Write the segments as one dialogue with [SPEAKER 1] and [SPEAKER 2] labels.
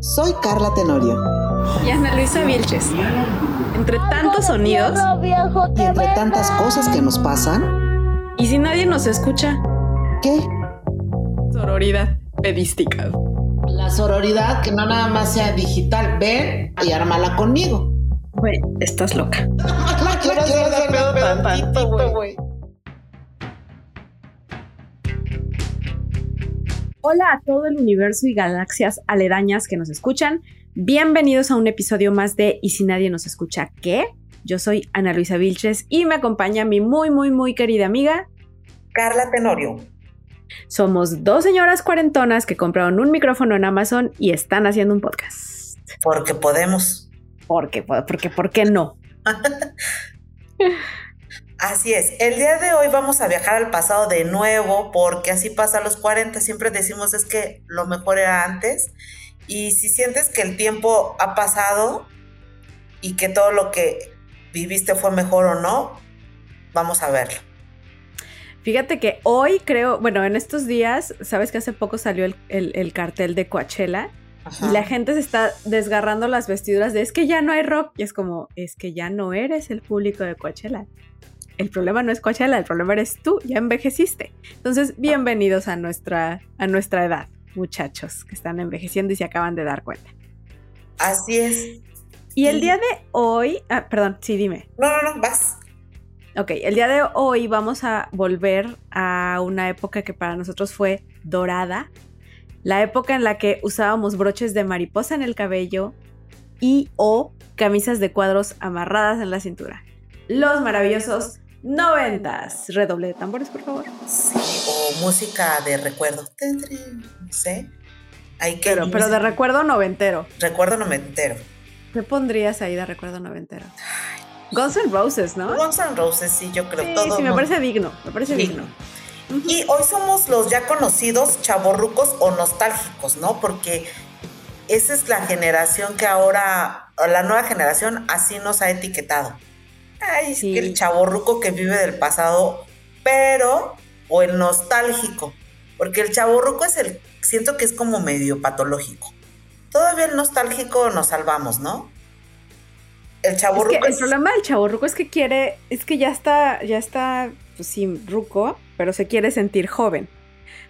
[SPEAKER 1] Soy Carla Tenorio.
[SPEAKER 2] Y Ana Luisa Vilches. Entre tantos sonidos
[SPEAKER 1] Y entre tantas cosas que nos pasan,
[SPEAKER 2] y si nadie nos escucha,
[SPEAKER 1] ¿qué?
[SPEAKER 2] sororidad pedística.
[SPEAKER 1] La sororidad que no nada más sea digital, ven y ármala conmigo.
[SPEAKER 2] Güey, estás loca.
[SPEAKER 1] La quiero hacer de pedo tantito, güey.
[SPEAKER 2] Hola a todo el universo y galaxias aledañas que nos escuchan. Bienvenidos a un episodio más de Y si nadie nos escucha, ¿qué? Yo soy Ana Luisa Vilches y me acompaña mi muy, muy, muy querida amiga.
[SPEAKER 1] Carla Tenorio.
[SPEAKER 2] Somos dos señoras cuarentonas que compraron un micrófono en Amazon y están haciendo un podcast.
[SPEAKER 3] Porque podemos.
[SPEAKER 2] ¿Por qué? ¿Por qué, por qué no?
[SPEAKER 3] Así es. El día de hoy vamos a viajar al pasado de nuevo porque así pasa a los 40. Siempre decimos es que lo mejor era antes. Y si sientes que el tiempo ha pasado y que todo lo que viviste fue mejor o no, vamos a verlo.
[SPEAKER 2] Fíjate que hoy creo, bueno, en estos días, sabes que hace poco salió el, el- el cartel de Coachella y la gente se está desgarrando las vestiduras de es que ya no hay rock y es como, es que ya no eres el público de Coachella. El problema no es Coachella, el problema eres tú, ya envejeciste. Entonces, bienvenidos a nuestra, a nuestra edad, muchachos que están envejeciendo y se acaban de dar cuenta.
[SPEAKER 3] Así es.
[SPEAKER 2] Y el día de hoy, ah, perdón, sí, dime.
[SPEAKER 3] No, no, no, vas.
[SPEAKER 2] Ok, el día de hoy vamos a volver a una época que para nosotros fue dorada, la época en la que usábamos broches de mariposa en el cabello y o camisas de cuadros amarradas en la cintura. Los maravillosos noventas. Redoble de tambores, por favor.
[SPEAKER 3] Sí, o música de recuerdo. Tendré, No sé. Hay que.
[SPEAKER 2] Pero, pero de recuerdo noventero.
[SPEAKER 3] recuerdo no me entero.
[SPEAKER 2] ¿Qué pondrías ahí de recuerdo noventero? Guns N' Roses, ¿no?
[SPEAKER 3] Guns N' Roses, sí, yo creo.
[SPEAKER 2] ¿Ah? Sí,
[SPEAKER 3] todo
[SPEAKER 2] sí, me
[SPEAKER 3] mundo.
[SPEAKER 2] parece digno, me parece digno.
[SPEAKER 3] Digno. Y hoy somos los ya conocidos chavorrucos o nostálgicos, ¿no? Porque esa es la generación que ahora, o la nueva generación, así nos ha etiquetado. Ay, es
[SPEAKER 2] Sí.
[SPEAKER 3] que el chavorruco que vive del pasado, pero, o el nostálgico. Porque el chavorruco es el, siento que es como medio patológico. Todavía el nostálgico nos salvamos, ¿no? El
[SPEAKER 2] Es que
[SPEAKER 3] chavorruco
[SPEAKER 2] el problema del chavo ruco es que quiere, es que ya está, ya está, pues sí, ruco, pero se quiere sentir joven.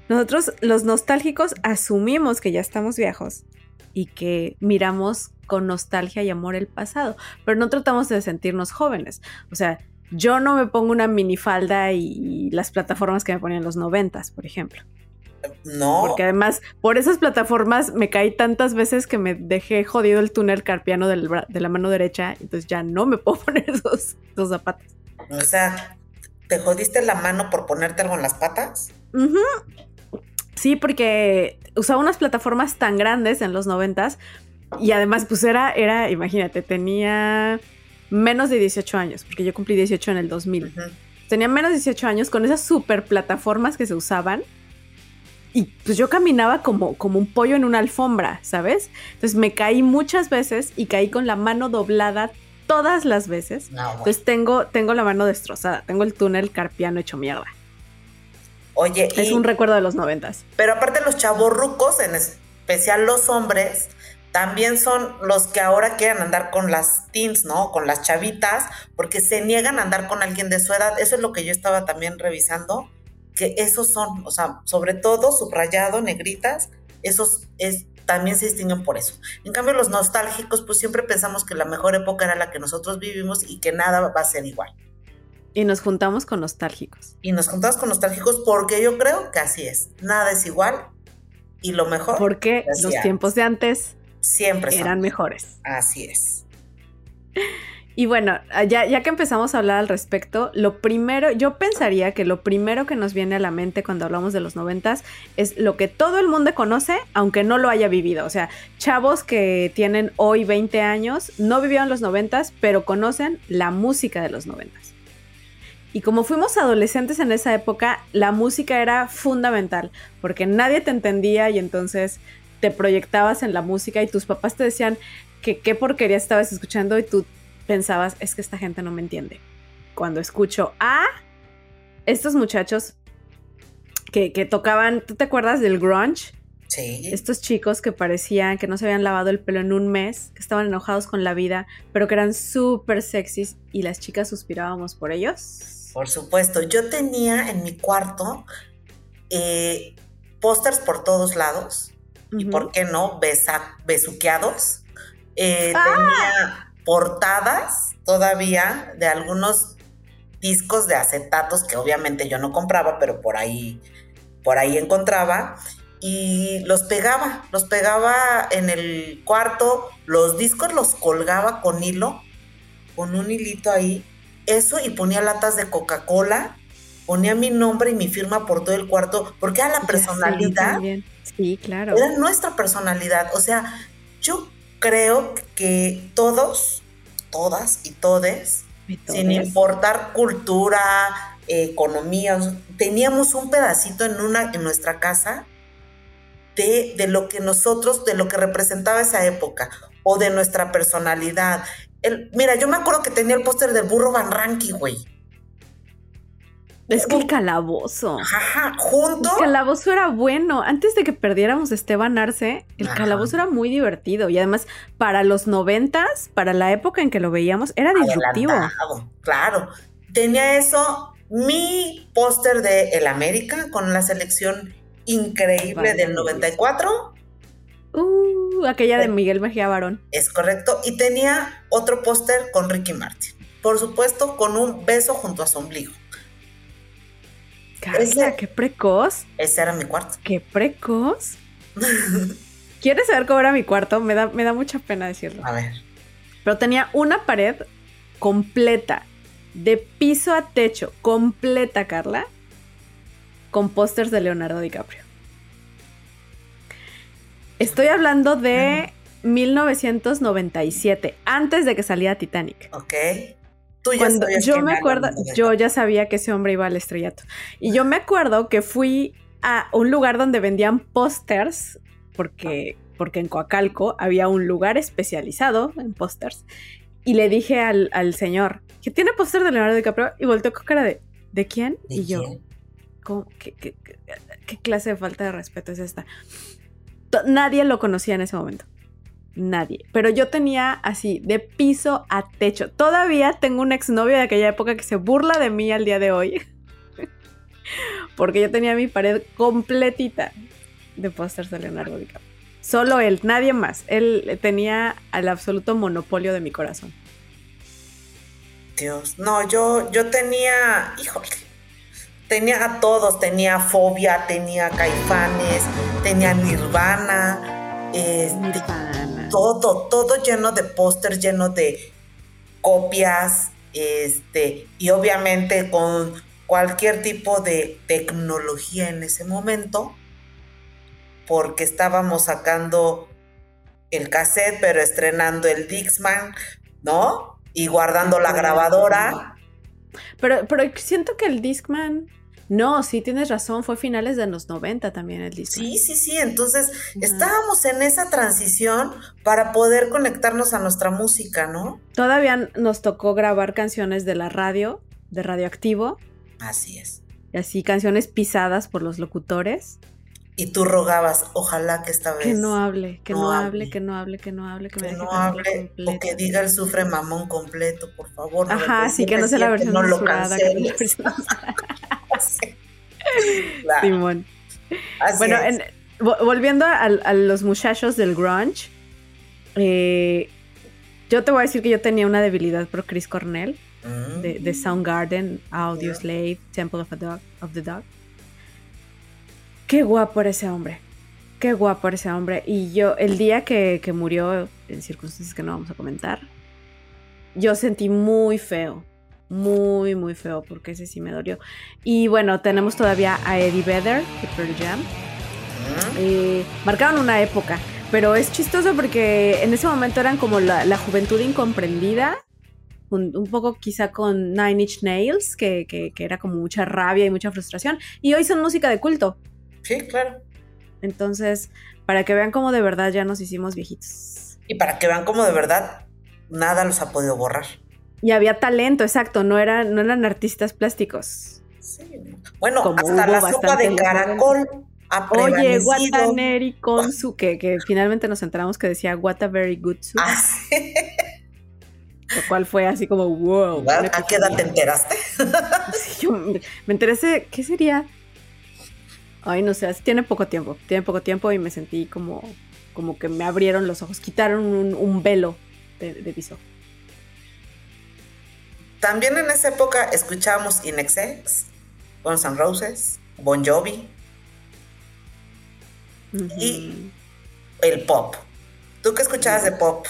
[SPEAKER 2] Nosotros, los nostálgicos, asumimos que ya estamos viejos y que miramos con nostalgia y amor el pasado, pero no tratamos de sentirnos jóvenes. O sea, yo no me pongo una minifalda y las plataformas que me ponían en los noventas, por ejemplo.
[SPEAKER 3] no.
[SPEAKER 2] Porque además, por esas plataformas me caí tantas veces que me dejé jodido el túnel carpiano del bra- de la mano derecha. Entonces ya no me puedo poner esos, esos zapatos.
[SPEAKER 3] O sea, ¿te jodiste la mano por ponerte algo en las patas?
[SPEAKER 2] Ujú. Sí, porque usaba unas plataformas tan grandes en los noventas. Y además, pues era, era, imagínate, tenía menos de 18 años, porque yo cumplí 18 en el 2000.
[SPEAKER 3] Ujú.
[SPEAKER 2] Tenía menos de 18 años con esas super plataformas que se usaban. Y pues yo caminaba como, como un pollo en una alfombra, ¿sabes? Entonces me caí muchas veces y caí con la mano doblada todas las veces.
[SPEAKER 3] No, bueno.
[SPEAKER 2] Entonces tengo, tengo la mano destrozada, tengo el túnel carpiano hecho mierda.
[SPEAKER 3] Oye,
[SPEAKER 2] Es
[SPEAKER 3] y-
[SPEAKER 2] un recuerdo de los noventas.
[SPEAKER 3] pero aparte los chavorrucos, en especial los hombres, también son los que ahora quieren andar con las teens, ¿no? Con las chavitas, porque se niegan a andar con alguien de su edad. Eso es lo que yo estaba también revisando, que esos son, o sea, sobre todo subrayado, negritas, esos es, también se distinguen por eso. En cambio, los nostálgicos, pues siempre pensamos que la mejor época era la que nosotros vivimos y que nada va a ser igual.
[SPEAKER 2] Y nos juntamos con nostálgicos.
[SPEAKER 3] y nos juntamos con nostálgicos porque yo creo que así es. Nada es igual y lo mejor
[SPEAKER 2] Porque
[SPEAKER 3] Así
[SPEAKER 2] los
[SPEAKER 3] es.
[SPEAKER 2] tiempos de antes
[SPEAKER 3] siempre son.
[SPEAKER 2] eran mejores.
[SPEAKER 3] Así es.
[SPEAKER 2] Y bueno, ah, ya, ya que empezamos a hablar al respecto, lo primero, yo pensaría que lo primero que nos viene a la mente cuando hablamos de los noventas es lo que todo el mundo conoce, aunque no lo haya vivido. O sea, chavos que tienen hoy 20 años, no vivieron los noventas, pero conocen la música de los noventas. Y como fuimos adolescentes en esa época, la música era fundamental, porque nadie te entendía y entonces te proyectabas en la música y tus papás te decían que qué porquería estabas escuchando y tú pensabas, es que esta gente no me entiende. Cuando escucho a estos muchachos que, que tocaban, ¿tú te acuerdas del grunge?
[SPEAKER 3] Sí.
[SPEAKER 2] Estos chicos que parecían que no se habían lavado el pelo en un mes, que estaban enojados con la vida, pero que eran súper sexys y las chicas suspirábamos por ellos.
[SPEAKER 3] Por supuesto, yo tenía en mi cuarto eh, pósters por todos lados y,
[SPEAKER 2] Ujú.
[SPEAKER 3] ¿por qué no? Besa- besuqueados. Eh,
[SPEAKER 2] ¡Ah!
[SPEAKER 3] Tenía portadas todavía de algunos discos de acetatos que obviamente yo no compraba, pero por ahí, por ahí encontraba. Y los pegaba, los pegaba en el cuarto, los discos los colgaba con hilo, con un hilito ahí, eso y ponía latas de Coca-Cola, ponía mi nombre y mi firma por todo el cuarto, porque era la
[SPEAKER 2] Ya sé, yo
[SPEAKER 3] personalidad
[SPEAKER 2] también. Sí, claro.
[SPEAKER 3] era nuestra personalidad. O sea, yo creo que todos, todas y todes, sin
[SPEAKER 2] Todas.
[SPEAKER 3] importar cultura, eh, economía, o sea, teníamos un pedacito en, una, en nuestra casa de, de lo que nosotros, de lo que representaba esa época o de nuestra personalidad. El- mira, yo me acuerdo que tenía el póster del burro Van Ranking, güey.
[SPEAKER 2] Es que el calabozo.
[SPEAKER 3] Ajá,
[SPEAKER 2] El
[SPEAKER 3] junto.
[SPEAKER 2] calabozo era bueno. Antes de que perdiéramos a Esteban Arce, el
[SPEAKER 3] Ajá.
[SPEAKER 2] calabozo era muy divertido. Y además, para los noventas, para la época en que lo veíamos, era disruptivo.
[SPEAKER 3] Adelantado, claro. Tenía eso, mi póster de El América con la selección increíble
[SPEAKER 2] Vaya
[SPEAKER 3] del 94,
[SPEAKER 2] Uh, aquella
[SPEAKER 3] Eh.
[SPEAKER 2] de Miguel Mejía Barón.
[SPEAKER 3] es correcto, y tenía otro póster con Ricky Martin. Por supuesto, con un beso junto a su ombligo.
[SPEAKER 2] Carla,
[SPEAKER 3] Ese-
[SPEAKER 2] qué precoz.
[SPEAKER 3] Ese era mi cuarto.
[SPEAKER 2] Qué precoz. ¿Quieres saber cómo era mi cuarto? Me da, me da mucha pena decirlo.
[SPEAKER 3] A ver,
[SPEAKER 2] Pero tenía una pared completa, de piso a techo, completa, Carla, con pósters de Leonardo DiCaprio. Estoy hablando de
[SPEAKER 3] Mm.
[SPEAKER 2] 1997, antes de que saliera Titanic.
[SPEAKER 3] ok. Tú ya
[SPEAKER 2] Cuando
[SPEAKER 3] sabías
[SPEAKER 2] yo
[SPEAKER 3] quién
[SPEAKER 2] me
[SPEAKER 3] era
[SPEAKER 2] acuerdo,
[SPEAKER 3] Leonardo
[SPEAKER 2] yo ya sabía que ese hombre iba al estrellato. Y yo me acuerdo que fui a un lugar donde vendían pósters, porque, porque en Coacalco había un lugar especializado en pósters. Y le dije al, al señor, que tiene póster de Leonardo DiCaprio, y volteó con cara de, ¿de quién?
[SPEAKER 3] DiCaprio.
[SPEAKER 2] y yo, ¿cómo? ¿Qué, qué, qué- qué clase de falta de respeto es esta? To- Nadie lo conocía en ese momento. Nadie. Pero yo tenía así, de piso a techo. Todavía tengo un exnovio de aquella época que se burla de mí al día de hoy. Porque yo tenía mi pared completita de pósters de Leonardo DiCaprio. Solo él, nadie más. Él tenía al absoluto monopolio de mi corazón.
[SPEAKER 3] Dios, no, yo, yo tenía, híjole, tenía a todos, tenía Fobia, tenía Caifanes, tenía Nirvana, este,
[SPEAKER 2] pana.
[SPEAKER 3] todo, todo lleno de póster, lleno de copias, este, y obviamente con cualquier tipo de tecnología en ese momento, porque estábamos sacando el cassette, pero estrenando el Dixman, ¿no? Y guardando la grabadora.
[SPEAKER 2] Pero, pero siento que el Discman. No, sí tienes razón, fue finales de los 90 también el Discman.
[SPEAKER 3] Sí, sí, sí, entonces
[SPEAKER 2] Ajá.
[SPEAKER 3] estábamos en esa transición para poder conectarnos a nuestra música, ¿no?
[SPEAKER 2] Todavía nos tocó grabar canciones de la radio, de radioactivo,
[SPEAKER 3] Así es.
[SPEAKER 2] y así canciones pisadas por los locutores.
[SPEAKER 3] Y tú rogabas, ojalá que esta vez
[SPEAKER 2] Que no hable, que no,
[SPEAKER 3] Pues, no
[SPEAKER 2] hable,
[SPEAKER 3] hable.
[SPEAKER 2] que no hable, que no hable, que, me
[SPEAKER 3] que
[SPEAKER 2] deje
[SPEAKER 3] no
[SPEAKER 2] cantarla
[SPEAKER 3] hable o que
[SPEAKER 2] completa.
[SPEAKER 3] diga el sufre mamón completo, por favor.
[SPEAKER 2] Ajá, sí, que no sea la
[SPEAKER 3] 97,
[SPEAKER 2] versión
[SPEAKER 3] no lo
[SPEAKER 2] censurada, que no sea la
[SPEAKER 3] canceles.
[SPEAKER 2] versión censurada.
[SPEAKER 3] Claro,
[SPEAKER 2] Simón.
[SPEAKER 3] así
[SPEAKER 2] Bueno,
[SPEAKER 3] es.
[SPEAKER 2] en- vo- volviendo al- a, los muchachos del grunge, eh, yo te voy a decir que yo tenía una debilidad por Chris Cornell.
[SPEAKER 3] Mm,
[SPEAKER 2] de, de Soundgarden, Audio
[SPEAKER 3] Ya.
[SPEAKER 2] Slave, Temple of, a Dog, of the Dog. Qué guapo era ese hombre. Qué guapo era ese hombre. Y yo, el día que, que murió, en circunstancias que no vamos a comentar, yo sentí muy feo. Muy, muy feo, porque ese sí me dolió. Y bueno, tenemos todavía a Eddie Vedder de Pearl Jam.
[SPEAKER 3] mm,
[SPEAKER 2] Eh, marcaron una época, pero es chistoso porque en ese momento eran como la, la juventud incomprendida, un, un poco quizá con Nine Inch Nails, que, que- que era como mucha rabia y mucha frustración, y hoy son música de culto.
[SPEAKER 3] Sí, claro.
[SPEAKER 2] Entonces, para que vean cómo de verdad ya nos hicimos viejitos.
[SPEAKER 3] Y para que vean cómo de verdad nada los ha podido borrar.
[SPEAKER 2] Y había talento, exacto, no, era, no eran artistas plásticos.
[SPEAKER 3] Sí. Bueno,
[SPEAKER 2] Como
[SPEAKER 3] hasta
[SPEAKER 2] hubo
[SPEAKER 3] la sopa
[SPEAKER 2] bastante
[SPEAKER 3] de
[SPEAKER 2] en los
[SPEAKER 3] caracol ha
[SPEAKER 2] Oye,
[SPEAKER 3] prevalecido.
[SPEAKER 2] Wataneri Konsu, que, que finalmente nos enteramos que decía What a very good soup,
[SPEAKER 3] Ah, sí.
[SPEAKER 2] lo cual fue así como wow. una
[SPEAKER 3] ¿A qué edad te
[SPEAKER 2] epifanía.
[SPEAKER 3] enteraste?
[SPEAKER 2] Sí, yo me me enteré, hace- ¿qué sería? Ay, no sé, así tiene poco tiempo, tiene poco tiempo y me sentí como, como que me abrieron los ojos, quitaron un, un velo de, de mis ojos.
[SPEAKER 3] También en esa época escuchábamos In Excess, Guns N' Roses, Bon Jovi,
[SPEAKER 2] Ujú.
[SPEAKER 3] Y- el pop. ¿Tú qué escuchabas de pop?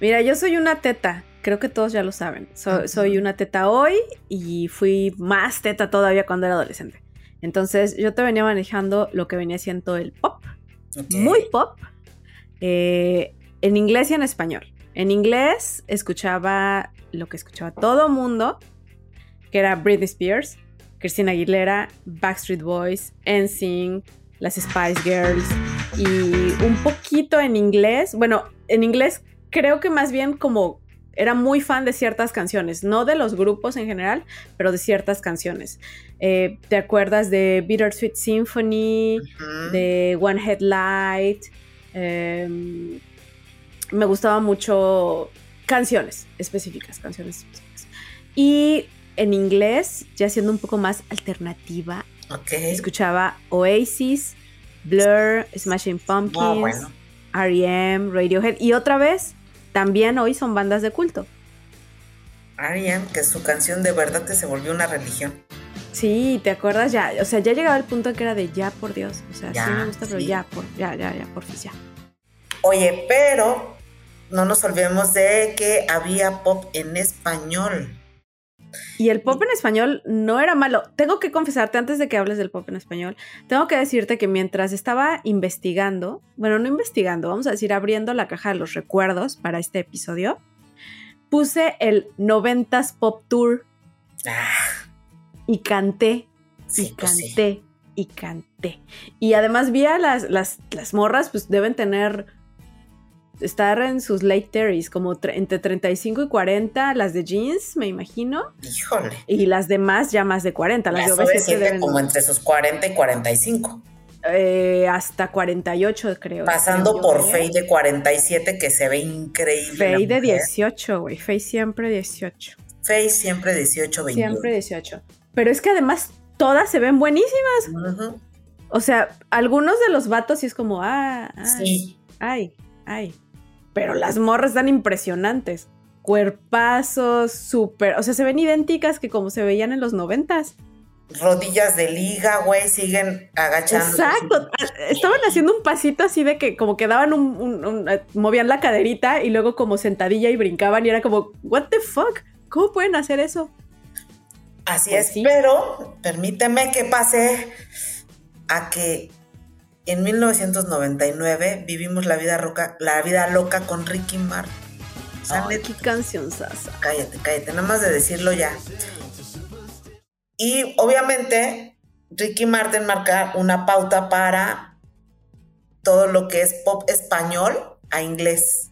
[SPEAKER 2] Mira, yo soy una teta, creo que todos ya lo saben. So-
[SPEAKER 3] Ujú.
[SPEAKER 2] Soy una teta hoy y fui más teta todavía cuando era adolescente. Entonces yo te venía manejando lo que venía siendo el pop,
[SPEAKER 3] Ok.
[SPEAKER 2] muy pop, eh, en inglés y en español. En inglés escuchaba lo que escuchaba todo mundo, que era Britney Spears, Christina Aguilera, Backstreet Boys, NSYNC, las Spice Girls y un poquito en inglés. Bueno, en inglés creo que más bien como era muy fan de ciertas canciones, no de los grupos en general, pero de ciertas canciones. Eh, ¿Te acuerdas de Bittersweet Symphony?
[SPEAKER 3] Ujú.
[SPEAKER 2] de One Headlight. em, me gustaba mucho canciones específicas, canciones específicas. Y en inglés, ya siendo un poco más alternativa,
[SPEAKER 3] Ok.
[SPEAKER 2] escuchaba Oasis, Blur, Smashing Pumpkins,
[SPEAKER 3] No, Ah, bueno.
[SPEAKER 2] R.E.M., Radiohead. Y otra vez, también hoy son bandas de culto.
[SPEAKER 3] R.E.M., que su canción de verdad que se volvió una religión.
[SPEAKER 2] Sí, ¿te acuerdas? Ya, o sea, ya llegaba el punto que era de ya, por Dios. O sea, sí
[SPEAKER 3] Ya,
[SPEAKER 2] me gusta, pero
[SPEAKER 3] sí.
[SPEAKER 2] ya, por, ya, ya, ya, por Dios, ya.
[SPEAKER 3] Oye, pero no nos olvidemos de que había pop en español.
[SPEAKER 2] Y el pop en español no era malo. Tengo que confesarte, antes de que hables del pop en español, tengo que decirte que mientras estaba investigando, bueno, no investigando, vamos a decir abriendo la caja de los recuerdos para este episodio, puse el 90s Pop Tour
[SPEAKER 3] Ah,
[SPEAKER 2] y canté
[SPEAKER 3] sí,
[SPEAKER 2] y
[SPEAKER 3] pues sí.
[SPEAKER 2] canté y canté. Y además vi a las, las, las morras, pues deben tener, estar en sus late 30s, como tre- entre 35 y 40, las de jeans, me imagino.
[SPEAKER 3] Híjole.
[SPEAKER 2] Y las demás ya más de 40. Las,
[SPEAKER 3] Las
[SPEAKER 2] de
[SPEAKER 3] ov
[SPEAKER 2] OV7 deben
[SPEAKER 3] como entre sus 40 y 45.
[SPEAKER 2] eh, hasta 48, creo.
[SPEAKER 3] Pasando
[SPEAKER 2] creo
[SPEAKER 3] por
[SPEAKER 2] yo,
[SPEAKER 3] Fey
[SPEAKER 2] ¿eh?
[SPEAKER 3] de 47, que se ve increíble.
[SPEAKER 2] Fey
[SPEAKER 3] la
[SPEAKER 2] de
[SPEAKER 3] mujer.
[SPEAKER 2] 18, güey. Fey siempre 18.
[SPEAKER 3] Fey siempre 18, 21.
[SPEAKER 2] Siempre 18. Pero es que además todas se ven buenísimas.
[SPEAKER 3] Ujú,
[SPEAKER 2] O sea, algunos de los vatos sí es como, ah, ay,
[SPEAKER 3] Sí.
[SPEAKER 2] ay, ay. Pero las morras están impresionantes. Cuerpazos, súper. O sea, se ven idénticas que como se veían en los noventas.
[SPEAKER 3] Rodillas de liga, güey, siguen agachando.
[SPEAKER 2] Exacto. Ah, Estaban haciendo un pasito así de que como que daban un, un- un- eh, movían la caderita y luego como sentadilla y brincaban y era como, what the fuck? ¿Cómo pueden hacer eso?
[SPEAKER 3] Así
[SPEAKER 2] Pues
[SPEAKER 3] es,
[SPEAKER 2] sí.
[SPEAKER 3] pero permíteme que pase a que en 1999 vivimos la vida roca, la vida loca con Ricky Martin. O sea,
[SPEAKER 2] Ay,
[SPEAKER 3] neta,
[SPEAKER 2] qué canción sasa.
[SPEAKER 3] cállate, cállate, nada más de decirlo ya. Y obviamente Ricky Martin marca una pauta para todo lo que es pop español a inglés.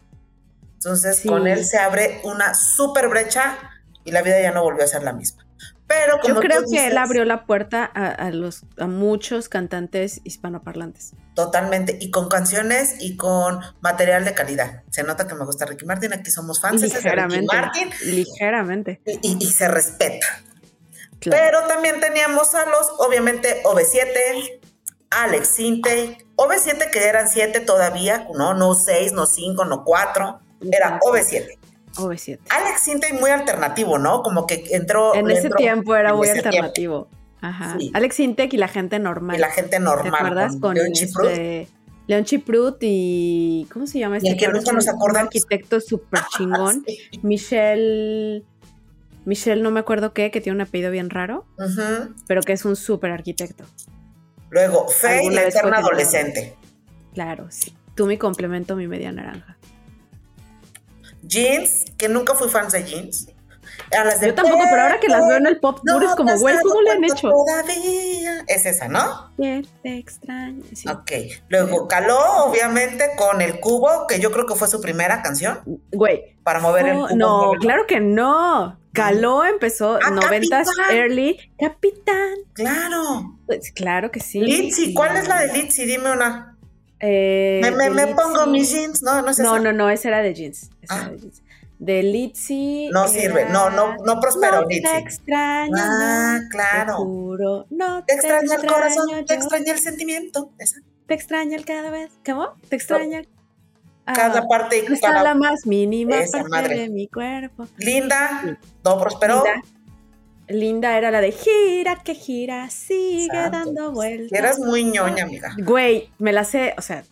[SPEAKER 3] Entonces
[SPEAKER 2] Sí.
[SPEAKER 3] con él se abre una super brecha y la vida ya no volvió a ser la misma. Pero como
[SPEAKER 2] Yo creo
[SPEAKER 3] tú
[SPEAKER 2] que él
[SPEAKER 3] dices,
[SPEAKER 2] abrió la puerta a, a los, a muchos cantantes hispanoparlantes.
[SPEAKER 3] Totalmente, y con canciones y con material de calidad. Se nota que me gusta Ricky Martin, aquí somos fans de Ricky
[SPEAKER 2] Ligeramente.
[SPEAKER 3] Martin
[SPEAKER 2] Ligeramente.
[SPEAKER 3] y, y- y se respeta.
[SPEAKER 2] Claro.
[SPEAKER 3] Pero también teníamos a los, obviamente, OV7, Alex Sintey, OV7 que eran siete todavía, no, no seis, no cinco, no cuatro, era
[SPEAKER 2] Exacto.
[SPEAKER 3] OV7.
[SPEAKER 2] OV7.
[SPEAKER 3] Alex Sintey muy alternativo, ¿no? Como que entró...
[SPEAKER 2] En
[SPEAKER 3] le
[SPEAKER 2] ese
[SPEAKER 3] entró-
[SPEAKER 2] tiempo era
[SPEAKER 3] en
[SPEAKER 2] muy
[SPEAKER 3] ese tiempo.
[SPEAKER 2] alternativo. Ajá.
[SPEAKER 3] Sí.
[SPEAKER 2] Alex Intec y la gente normal.
[SPEAKER 3] Y la gente
[SPEAKER 2] ¿Te
[SPEAKER 3] normal.
[SPEAKER 2] acuerdas con,
[SPEAKER 3] Leon
[SPEAKER 2] este,
[SPEAKER 3] Chiprut.
[SPEAKER 2] Leon Chiprut y ¿cómo se llama este?
[SPEAKER 3] el que
[SPEAKER 2] cabrón?
[SPEAKER 3] nunca nos
[SPEAKER 2] Un- un
[SPEAKER 3] acordamos.
[SPEAKER 2] arquitecto súper chingón.
[SPEAKER 3] Ah, Sí.
[SPEAKER 2] Michelle Michelle no me acuerdo qué, que tiene un apellido bien raro,
[SPEAKER 3] Ujú.
[SPEAKER 2] pero que es un súper arquitecto.
[SPEAKER 3] Luego, Faye,
[SPEAKER 2] Alguna
[SPEAKER 3] la
[SPEAKER 2] vez fue
[SPEAKER 3] eterna
[SPEAKER 2] que-
[SPEAKER 3] adolescente.
[SPEAKER 2] Claro, sí. Tú mi complemento, mi media naranja.
[SPEAKER 3] Jeans, que nunca fui fan de jeans. A las de
[SPEAKER 2] Yo tampoco, pero ahora que las veo en el pop
[SPEAKER 3] No,
[SPEAKER 2] tour es
[SPEAKER 3] te
[SPEAKER 2] como,
[SPEAKER 3] has
[SPEAKER 2] güey,
[SPEAKER 3] dado
[SPEAKER 2] ¿cómo le han
[SPEAKER 3] cuenta
[SPEAKER 2] hecho?
[SPEAKER 3] Todavía. Es esa, ¿no?
[SPEAKER 2] Bien, Te extraño. Sí.
[SPEAKER 3] Ok. Luego Caló, obviamente, con el cubo, que yo creo que fue su primera canción,
[SPEAKER 2] Güey,
[SPEAKER 3] para mover el
[SPEAKER 2] Oh,
[SPEAKER 3] cubo.
[SPEAKER 2] no,
[SPEAKER 3] mover-
[SPEAKER 2] claro que no. Caló empezó
[SPEAKER 3] Ah,
[SPEAKER 2] 90s
[SPEAKER 3] Capitán.
[SPEAKER 2] early. Capitán.
[SPEAKER 3] Claro.
[SPEAKER 2] Pues claro que sí.
[SPEAKER 3] Litsi, ¿cuál es la de Litsi? Dime una.
[SPEAKER 2] Eh,
[SPEAKER 3] Me, me-
[SPEAKER 2] de
[SPEAKER 3] me
[SPEAKER 2] Litzy-
[SPEAKER 3] pongo mis jeans. No, no es
[SPEAKER 2] No,
[SPEAKER 3] esa.
[SPEAKER 2] no, no, esa era de jeans. esa
[SPEAKER 3] Ah.
[SPEAKER 2] era de jeans. De Litzy.
[SPEAKER 3] No sirve.
[SPEAKER 2] era-
[SPEAKER 3] No, no, no prospero,
[SPEAKER 2] No te
[SPEAKER 3] Litsi.
[SPEAKER 2] extraño.
[SPEAKER 3] Ah,
[SPEAKER 2] no,
[SPEAKER 3] claro.
[SPEAKER 2] Te juro. No
[SPEAKER 3] Te extraña el corazón,
[SPEAKER 2] extraño
[SPEAKER 3] te
[SPEAKER 2] yo,
[SPEAKER 3] extraña el sentimiento. Esa.
[SPEAKER 2] Te extraña el cada vez. ¿Cómo? Te extraña. Ah,
[SPEAKER 3] Cada parte y
[SPEAKER 2] Está la
[SPEAKER 3] cada.
[SPEAKER 2] más mínima
[SPEAKER 3] Esa
[SPEAKER 2] parte
[SPEAKER 3] madre.
[SPEAKER 2] de mi cuerpo.
[SPEAKER 3] Linda, no prosperó.
[SPEAKER 2] Linda. Linda era la de gira que gira, sigue
[SPEAKER 3] Santo.
[SPEAKER 2] dando vueltas.
[SPEAKER 3] Eras muy ñoña, amiga.
[SPEAKER 2] Güey, me la sé, o sea,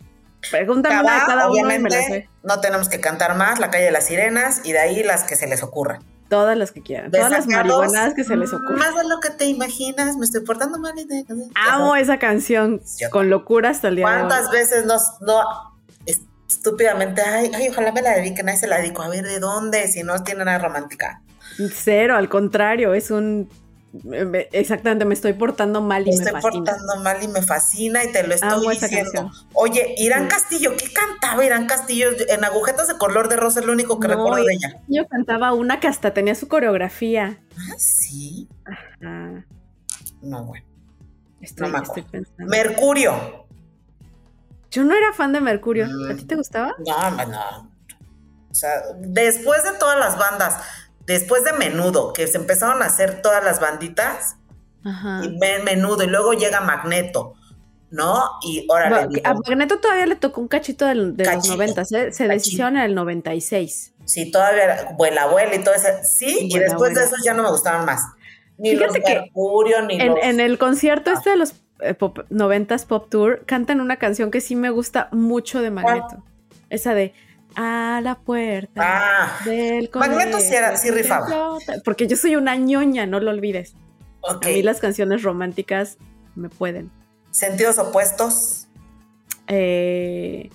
[SPEAKER 2] pregúntame una de cada uno y me la sé.
[SPEAKER 3] obviamente, no tenemos que cantar más, La Calle de las Sirenas, y de ahí las que se les ocurra.
[SPEAKER 2] Todas las que quieran, todas las
[SPEAKER 3] Desacados,
[SPEAKER 2] marihuanadas que se les ocurran.
[SPEAKER 3] Mm, Más de lo que te imaginas, me estoy portando mal. y te-
[SPEAKER 2] Amo esa canción
[SPEAKER 3] Yo-
[SPEAKER 2] con locura hasta el día de hoy.
[SPEAKER 3] ¿Cuántas veces nos, no, estúpidamente, ay, ay, ojalá me la dediquen, ahí se la dedico, a ver, ¿de dónde? Si no tiene nada romántica.
[SPEAKER 2] Cero, al contrario, es un me- me- exactamente me estoy portando mal
[SPEAKER 3] Me
[SPEAKER 2] y me
[SPEAKER 3] estoy
[SPEAKER 2] fascina.
[SPEAKER 3] portando mal y me fascina y te lo estoy
[SPEAKER 2] Amo esa
[SPEAKER 3] diciendo.
[SPEAKER 2] canción.
[SPEAKER 3] Oye, Irán
[SPEAKER 2] Sí.
[SPEAKER 3] Castillo, ¿qué cantaba Irán Castillo? En agujetas de color de rosa es lo único que
[SPEAKER 2] No,
[SPEAKER 3] recuerdo
[SPEAKER 2] y-
[SPEAKER 3] de ella.
[SPEAKER 2] Yo cantaba una que hasta tenía su coreografía.
[SPEAKER 3] Ah, sí.
[SPEAKER 2] Ah,
[SPEAKER 3] No, bueno.
[SPEAKER 2] estoy,
[SPEAKER 3] No me
[SPEAKER 2] estoy pensando.
[SPEAKER 3] Mercurio.
[SPEAKER 2] Yo no era fan de Mercurio.
[SPEAKER 3] Mm.
[SPEAKER 2] ¿A ti te gustaba?
[SPEAKER 3] No, no, no. O sea, después de todas las bandas, después de Menudo, que se empezaron a hacer todas las banditas,
[SPEAKER 2] Ajá.
[SPEAKER 3] y ven Menudo, y luego llega Magneto, ¿no? Y órale,
[SPEAKER 2] Bueno,
[SPEAKER 3] digo,
[SPEAKER 2] a Magneto todavía le tocó un cachito del- de los
[SPEAKER 3] Cachito,
[SPEAKER 2] 90, ¿eh? se
[SPEAKER 3] cachito.
[SPEAKER 2] deshicieron en el 96.
[SPEAKER 3] sí, todavía era Vuela Abuela y todo eso. Sí, y
[SPEAKER 2] Vuela
[SPEAKER 3] después de
[SPEAKER 2] Abuela.
[SPEAKER 3] eso ya no me gustaban más. Ni
[SPEAKER 2] Fíjate
[SPEAKER 3] los
[SPEAKER 2] que
[SPEAKER 3] Mercurio, ni
[SPEAKER 2] En,
[SPEAKER 3] los...
[SPEAKER 2] en el concierto
[SPEAKER 3] Ah.
[SPEAKER 2] este de los eh, pop- 90s Pop Tour, cantan una canción que sí me gusta mucho
[SPEAKER 3] Ah.
[SPEAKER 2] de Magneto. Esa de A la puerta
[SPEAKER 3] Ah,
[SPEAKER 2] del
[SPEAKER 3] Magneto sí era- sí
[SPEAKER 2] colegio que
[SPEAKER 3] rifaba.
[SPEAKER 2] flota". Porque yo soy una ñoña, no lo olvides.
[SPEAKER 3] ok.
[SPEAKER 2] A mí las canciones románticas me pueden.
[SPEAKER 3] Sentidos opuestos.
[SPEAKER 2] Eh,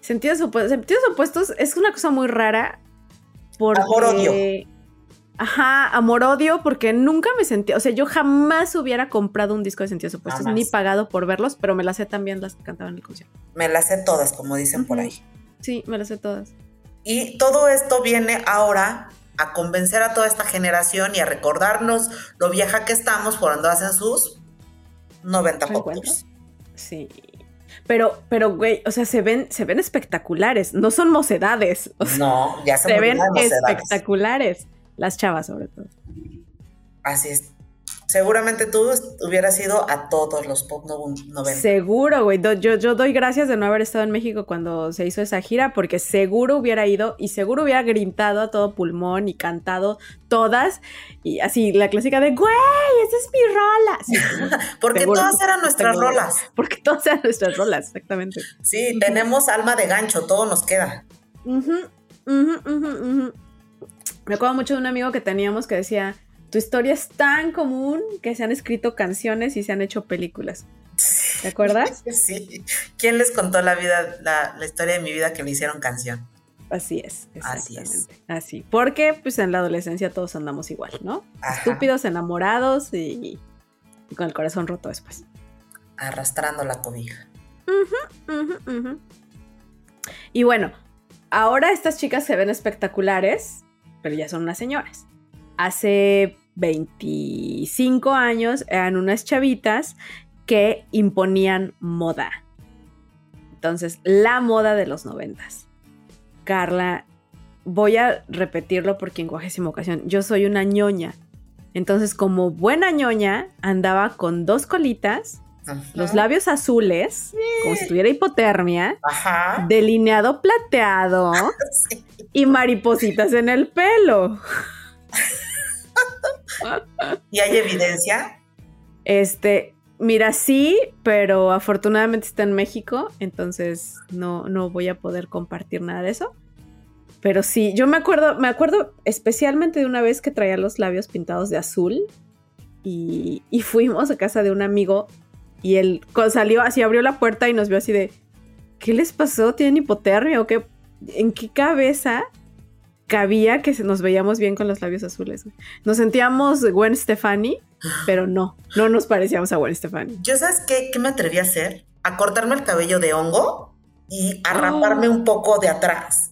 [SPEAKER 2] sentidos, opu- sentidos opuestos es una cosa muy rara. Porque,
[SPEAKER 3] Amor-odio.
[SPEAKER 2] Ajá, amor-odio, porque nunca me sentí. O sea, yo jamás hubiera comprado un disco de sentidos opuestos
[SPEAKER 3] Jamás.
[SPEAKER 2] ni pagado por verlos, pero me las sé también las que cantaban en el concierto.
[SPEAKER 3] Me las sé todas, como dicen por
[SPEAKER 2] Ujú.
[SPEAKER 3] ahí.
[SPEAKER 2] Sí, me las sé todas.
[SPEAKER 3] Y todo esto viene ahora a convencer a toda esta generación y a recordarnos lo vieja que estamos por cuando hacen sus 90 pop
[SPEAKER 2] ¿Reencuentro?
[SPEAKER 3] tours.
[SPEAKER 2] Sí. Pero, pero, güey, o sea, se ven, se ven espectaculares, no son mocedades. O sea,
[SPEAKER 3] No, ya se,
[SPEAKER 2] se ven
[SPEAKER 3] murieron las edades.
[SPEAKER 2] espectaculares. Las chavas, sobre todo.
[SPEAKER 3] Así es. Seguramente tú est- hubieras ido a todos los pop no- 90.
[SPEAKER 2] Seguro, güey. Do- Yo, yo doy gracias de no haber estado en México cuando se hizo esa gira, porque seguro hubiera ido y seguro hubiera gritado a todo pulmón y cantado todas. Y así, la clásica de, güey, esa es mi rola. Sí, seguro,
[SPEAKER 3] Porque
[SPEAKER 2] seguro.
[SPEAKER 3] todas eran nuestras
[SPEAKER 2] Seguro.
[SPEAKER 3] rolas.
[SPEAKER 2] porque todas eran nuestras rolas, exactamente.
[SPEAKER 3] Sí, tenemos alma de gancho, todo nos queda.
[SPEAKER 2] Ujú, ujú, ujú, ujú. Me acuerdo mucho de un amigo que teníamos que decía, tu historia es tan común que se han escrito canciones y se han hecho películas. ¿Te acuerdas?
[SPEAKER 3] Sí. ¿Quién les contó la vida, la, la historia de mi vida que le hicieron canción?
[SPEAKER 2] Así es,
[SPEAKER 3] Así es.
[SPEAKER 2] exactamente. Así Porque pues en la adolescencia todos andamos igual, ¿no?
[SPEAKER 3] Ajá,
[SPEAKER 2] Estúpidos, enamorados y, y con el corazón roto después.
[SPEAKER 3] Arrastrando la cobija.
[SPEAKER 2] Ujú, ujú. Y bueno, ahora estas chicas se ven espectaculares, pero ya son unas señoras. Hace 25 años eran unas chavitas que imponían moda. Entonces, la moda de los noventas. Carla, voy a repetirlo por quincuagésima ocasión. Yo soy una ñoña. Entonces, como buena ñoña, andaba con dos colitas, los
[SPEAKER 3] Ujú.
[SPEAKER 2] labios azules, como si tuviera hipotermia,
[SPEAKER 3] Ajá.
[SPEAKER 2] delineado plateado
[SPEAKER 3] Sí.
[SPEAKER 2] y maripositas en el pelo.
[SPEAKER 3] ¿Y hay evidencia?
[SPEAKER 2] Este, mira, sí, pero afortunadamente está en México, entonces no, no voy a poder compartir nada de eso. Pero sí, yo me acuerdo, me acuerdo especialmente de una vez que traía los labios pintados de azul y, y fuimos a casa de un amigo y él co- salió así, abrió la puerta y nos vio así de, ¿qué les pasó? ¿Tienen hipotermia o qué? ¿En qué cabeza cabía que se nos veíamos bien con los labios azules? güey? Nos sentíamos Gwen Stefani, pero no, no nos parecíamos a Gwen Stefani.
[SPEAKER 3] ¿Yo sabes qué, qué me atreví a hacer? A cortarme el cabello de hongo y a
[SPEAKER 2] Oh.
[SPEAKER 3] raparme un poco de atrás,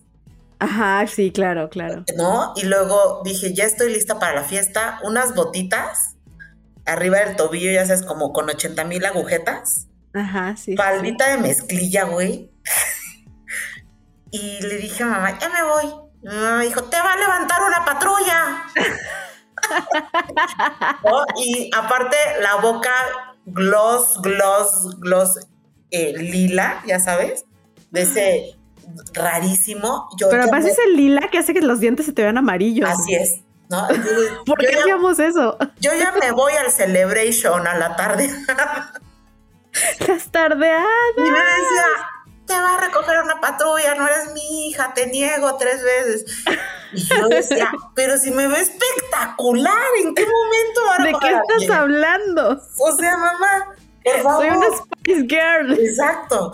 [SPEAKER 2] Ajá, sí, claro, claro.
[SPEAKER 3] ¿no? Y luego dije, ya estoy lista para la fiesta, unas botitas arriba del tobillo, ya sabes, como con 80 mil agujetas.
[SPEAKER 2] Ajá, sí.
[SPEAKER 3] Palita de mezclilla, güey. y le dije a mamá, ya me voy. Y mi mamá dijo, te va a levantar una patrulla. ¿No? Y aparte la boca gloss, gloss, gloss eh, lila, ya sabes, de ese rarísimo. Yo
[SPEAKER 2] Pero
[SPEAKER 3] ya
[SPEAKER 2] además
[SPEAKER 3] me-
[SPEAKER 2] es el lila que hace que los dientes se te vean amarillos.
[SPEAKER 3] Así es, ¿no? Entonces,
[SPEAKER 2] ¿Por
[SPEAKER 3] yo
[SPEAKER 2] qué
[SPEAKER 3] ya-
[SPEAKER 2] hacíamos eso?
[SPEAKER 3] yo ya me voy al celebration a la tarde.
[SPEAKER 2] Estás tardeada.
[SPEAKER 3] Y me decía, te va a recoger una patrulla, no eres mi hija, te niego tres veces. Y yo decía, pero si me ve espectacular, ¿en qué momento ahora
[SPEAKER 2] ¿De qué estás hablando?
[SPEAKER 3] O sea, mamá, por favor.
[SPEAKER 2] Soy una Spice Girl.
[SPEAKER 3] Exacto.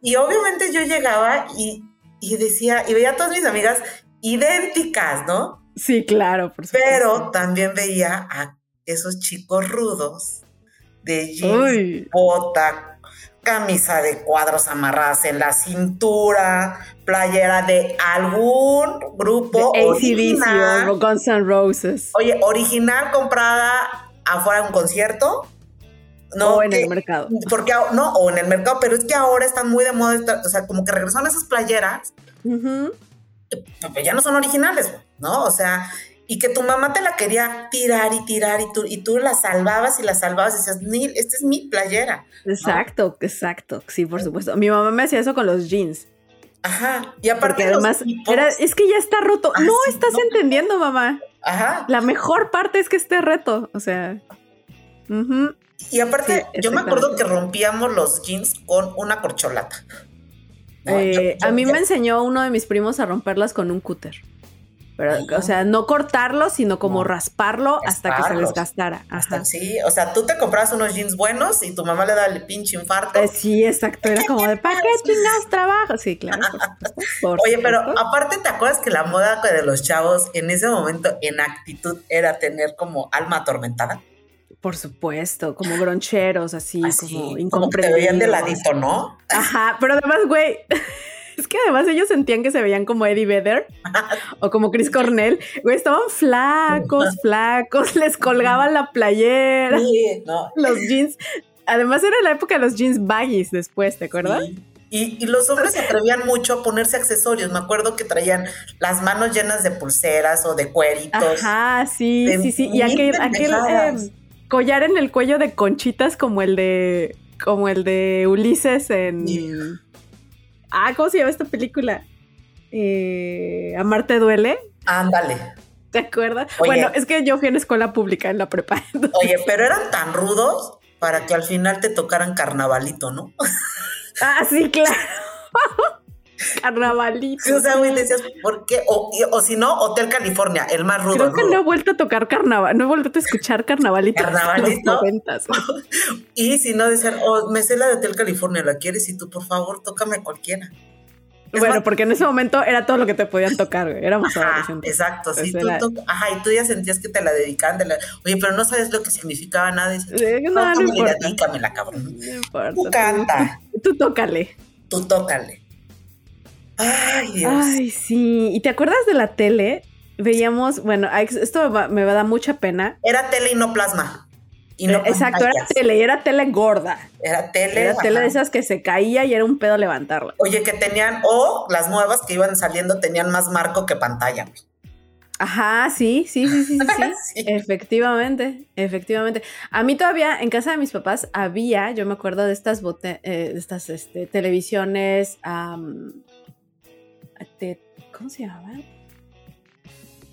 [SPEAKER 3] Y obviamente yo llegaba y, y decía, y veía a todas mis amigas idénticas, ¿no?
[SPEAKER 2] Sí, claro, por supuesto.
[SPEAKER 3] Pero también veía a esos chicos rudos de jeans,
[SPEAKER 2] Uy,
[SPEAKER 3] bota, camisa de cuadros amarradas en la cintura, playera de algún grupo
[SPEAKER 2] de ACDC
[SPEAKER 3] original.
[SPEAKER 2] o Guns N' Roses.
[SPEAKER 3] Oye, original comprada afuera de un concierto.
[SPEAKER 2] o en
[SPEAKER 3] que-
[SPEAKER 2] el mercado.
[SPEAKER 3] porque a- no, o en el mercado, pero es que ahora están muy de moda, esta- o sea, como que regresaron esas playeras,
[SPEAKER 2] Ujú.
[SPEAKER 3] pues ya no son originales, güey, ¿no? O sea, y que tu mamá te la quería tirar y tirar y tú, y tú la salvabas y la salvabas y decías, Neil, esta es mi playera.
[SPEAKER 2] Exacto, exacto. Sí, por supuesto. Mi mamá me hacía eso con los jeans.
[SPEAKER 3] Ajá. Y aparte,
[SPEAKER 2] Porque
[SPEAKER 3] los
[SPEAKER 2] además
[SPEAKER 3] tipos-
[SPEAKER 2] era, es que ya está roto.
[SPEAKER 3] Ah,
[SPEAKER 2] no
[SPEAKER 3] sí,
[SPEAKER 2] estás
[SPEAKER 3] no.
[SPEAKER 2] entendiendo, mamá.
[SPEAKER 3] Ajá.
[SPEAKER 2] La mejor parte es que esté reto. O sea. ujú.
[SPEAKER 3] Y aparte,
[SPEAKER 2] Sí,
[SPEAKER 3] yo me acuerdo
[SPEAKER 2] exactamente.
[SPEAKER 3] que rompíamos los jeans con una corcholata. ¿no?
[SPEAKER 2] Eh,
[SPEAKER 3] Yo- yo-
[SPEAKER 2] a mí
[SPEAKER 3] yo-
[SPEAKER 2] me enseñó uno de mis primos a romperlas con un cúter. Pero,
[SPEAKER 3] Ajá.
[SPEAKER 2] o sea, no cortarlo, sino como
[SPEAKER 3] Ah, No.
[SPEAKER 2] rasparlo hasta que se
[SPEAKER 3] Rasparlos.
[SPEAKER 2] desgastara. Ajá.
[SPEAKER 3] Sí, o sea, tú te comprabas unos jeans buenos y tu mamá le da el pinche infarto.
[SPEAKER 2] Eh, sí, exacto. Era como de ¿para qué chingados trabajo? Sí, claro. por supuesto, por
[SPEAKER 3] Oye, pero
[SPEAKER 2] supuesto.
[SPEAKER 3] aparte, ¿te acuerdas que la moda de los chavos en ese momento en actitud era tener como alma atormentada?
[SPEAKER 2] Por supuesto, como groncheros, así, como
[SPEAKER 3] Así, Ah, como que te
[SPEAKER 2] incomprendidos.
[SPEAKER 3] veían de ladito, ¿no?
[SPEAKER 2] Ajá, pero además, güey, es que además ellos sentían que se veían como Eddie Vedder o como Chris Cornell. Güey, estaban flacos, flacos, les colgaban la playera,
[SPEAKER 3] Sí, ¿no?
[SPEAKER 2] los jeans. Además era la época de los jeans baggies después, ¿te acuerdas?
[SPEAKER 3] Sí. Y, y los hombres se atrevían mucho a ponerse accesorios. Me acuerdo que traían las manos llenas de pulseras o de cueritos.
[SPEAKER 2] Ajá, sí,
[SPEAKER 3] de
[SPEAKER 2] sí, sí. Y
[SPEAKER 3] mil
[SPEAKER 2] aquel, aquel
[SPEAKER 3] pendejadas.
[SPEAKER 2] eh, collar en el cuello de conchitas como el de. como el de Ulises en.
[SPEAKER 3] Sí.
[SPEAKER 2] Ah, ¿cómo se llama esta película? Eh, Amarte duele.
[SPEAKER 3] Ándale.
[SPEAKER 2] ¿Te acuerdas?
[SPEAKER 3] Oye.
[SPEAKER 2] Bueno, es que yo fui a una escuela pública en la prepa. entonces-
[SPEAKER 3] Oye, pero eran tan rudos para que al final te tocaran carnavalito, ¿no?
[SPEAKER 2] Ah, sí, claro. Carnavalito.
[SPEAKER 3] O sea, güey, decías, ¿por qué? O, y- o si no, Hotel California, el más rudo.
[SPEAKER 2] Creo que
[SPEAKER 3] rudo.
[SPEAKER 2] no he vuelto a tocar carnaval, no he vuelto a escuchar carnavalito. desde
[SPEAKER 3] Carnavalito.
[SPEAKER 2] Los noventas.
[SPEAKER 3] Y si no decían, oh, me sé la de Hotel California, ¿la quieres? Y tú, por favor, tócame cualquiera. Es
[SPEAKER 2] Bueno,
[SPEAKER 3] más-
[SPEAKER 2] porque en ese momento era todo lo que te podían tocar, güey. Éramos
[SPEAKER 3] Ajá,
[SPEAKER 2] adolescentes.
[SPEAKER 3] exacto, sí,
[SPEAKER 2] Pues
[SPEAKER 3] tú,
[SPEAKER 2] era-
[SPEAKER 3] tú- ajá, y tú ya sentías que te la dedicaban de la... Oye, pero no sabes lo que significaba nada. Dices,
[SPEAKER 2] Eh, No, no
[SPEAKER 3] tócamela y
[SPEAKER 2] importa.
[SPEAKER 3] dedícamela, cabrón.
[SPEAKER 2] No importa.
[SPEAKER 3] Tú canta,
[SPEAKER 2] Tú, tú tócale.
[SPEAKER 3] tú tócale. Ay, Dios.
[SPEAKER 2] Ay, sí. ¿Y te acuerdas de la tele? Veíamos, bueno, ay, esto va- me va a dar mucha pena.
[SPEAKER 3] Era tele y no plasma. Y no
[SPEAKER 2] Eh, Exacto, era
[SPEAKER 3] pantallas.
[SPEAKER 2] tele, y era tele gorda.
[SPEAKER 3] Era tele.
[SPEAKER 2] Era tele
[SPEAKER 3] ajá.
[SPEAKER 2] de esas que se caía y era un pedo levantarla.
[SPEAKER 3] Oye, que tenían, o las nuevas que iban saliendo tenían más marco que pantalla. güey.
[SPEAKER 2] Ajá, sí, sí, sí, sí, sí. sí.
[SPEAKER 3] Sí.
[SPEAKER 2] Efectivamente, efectivamente. A mí todavía en casa de mis papás había, yo me acuerdo de estas bote- eh, de estas este, televisiones, am, te- ¿cómo se llamaban?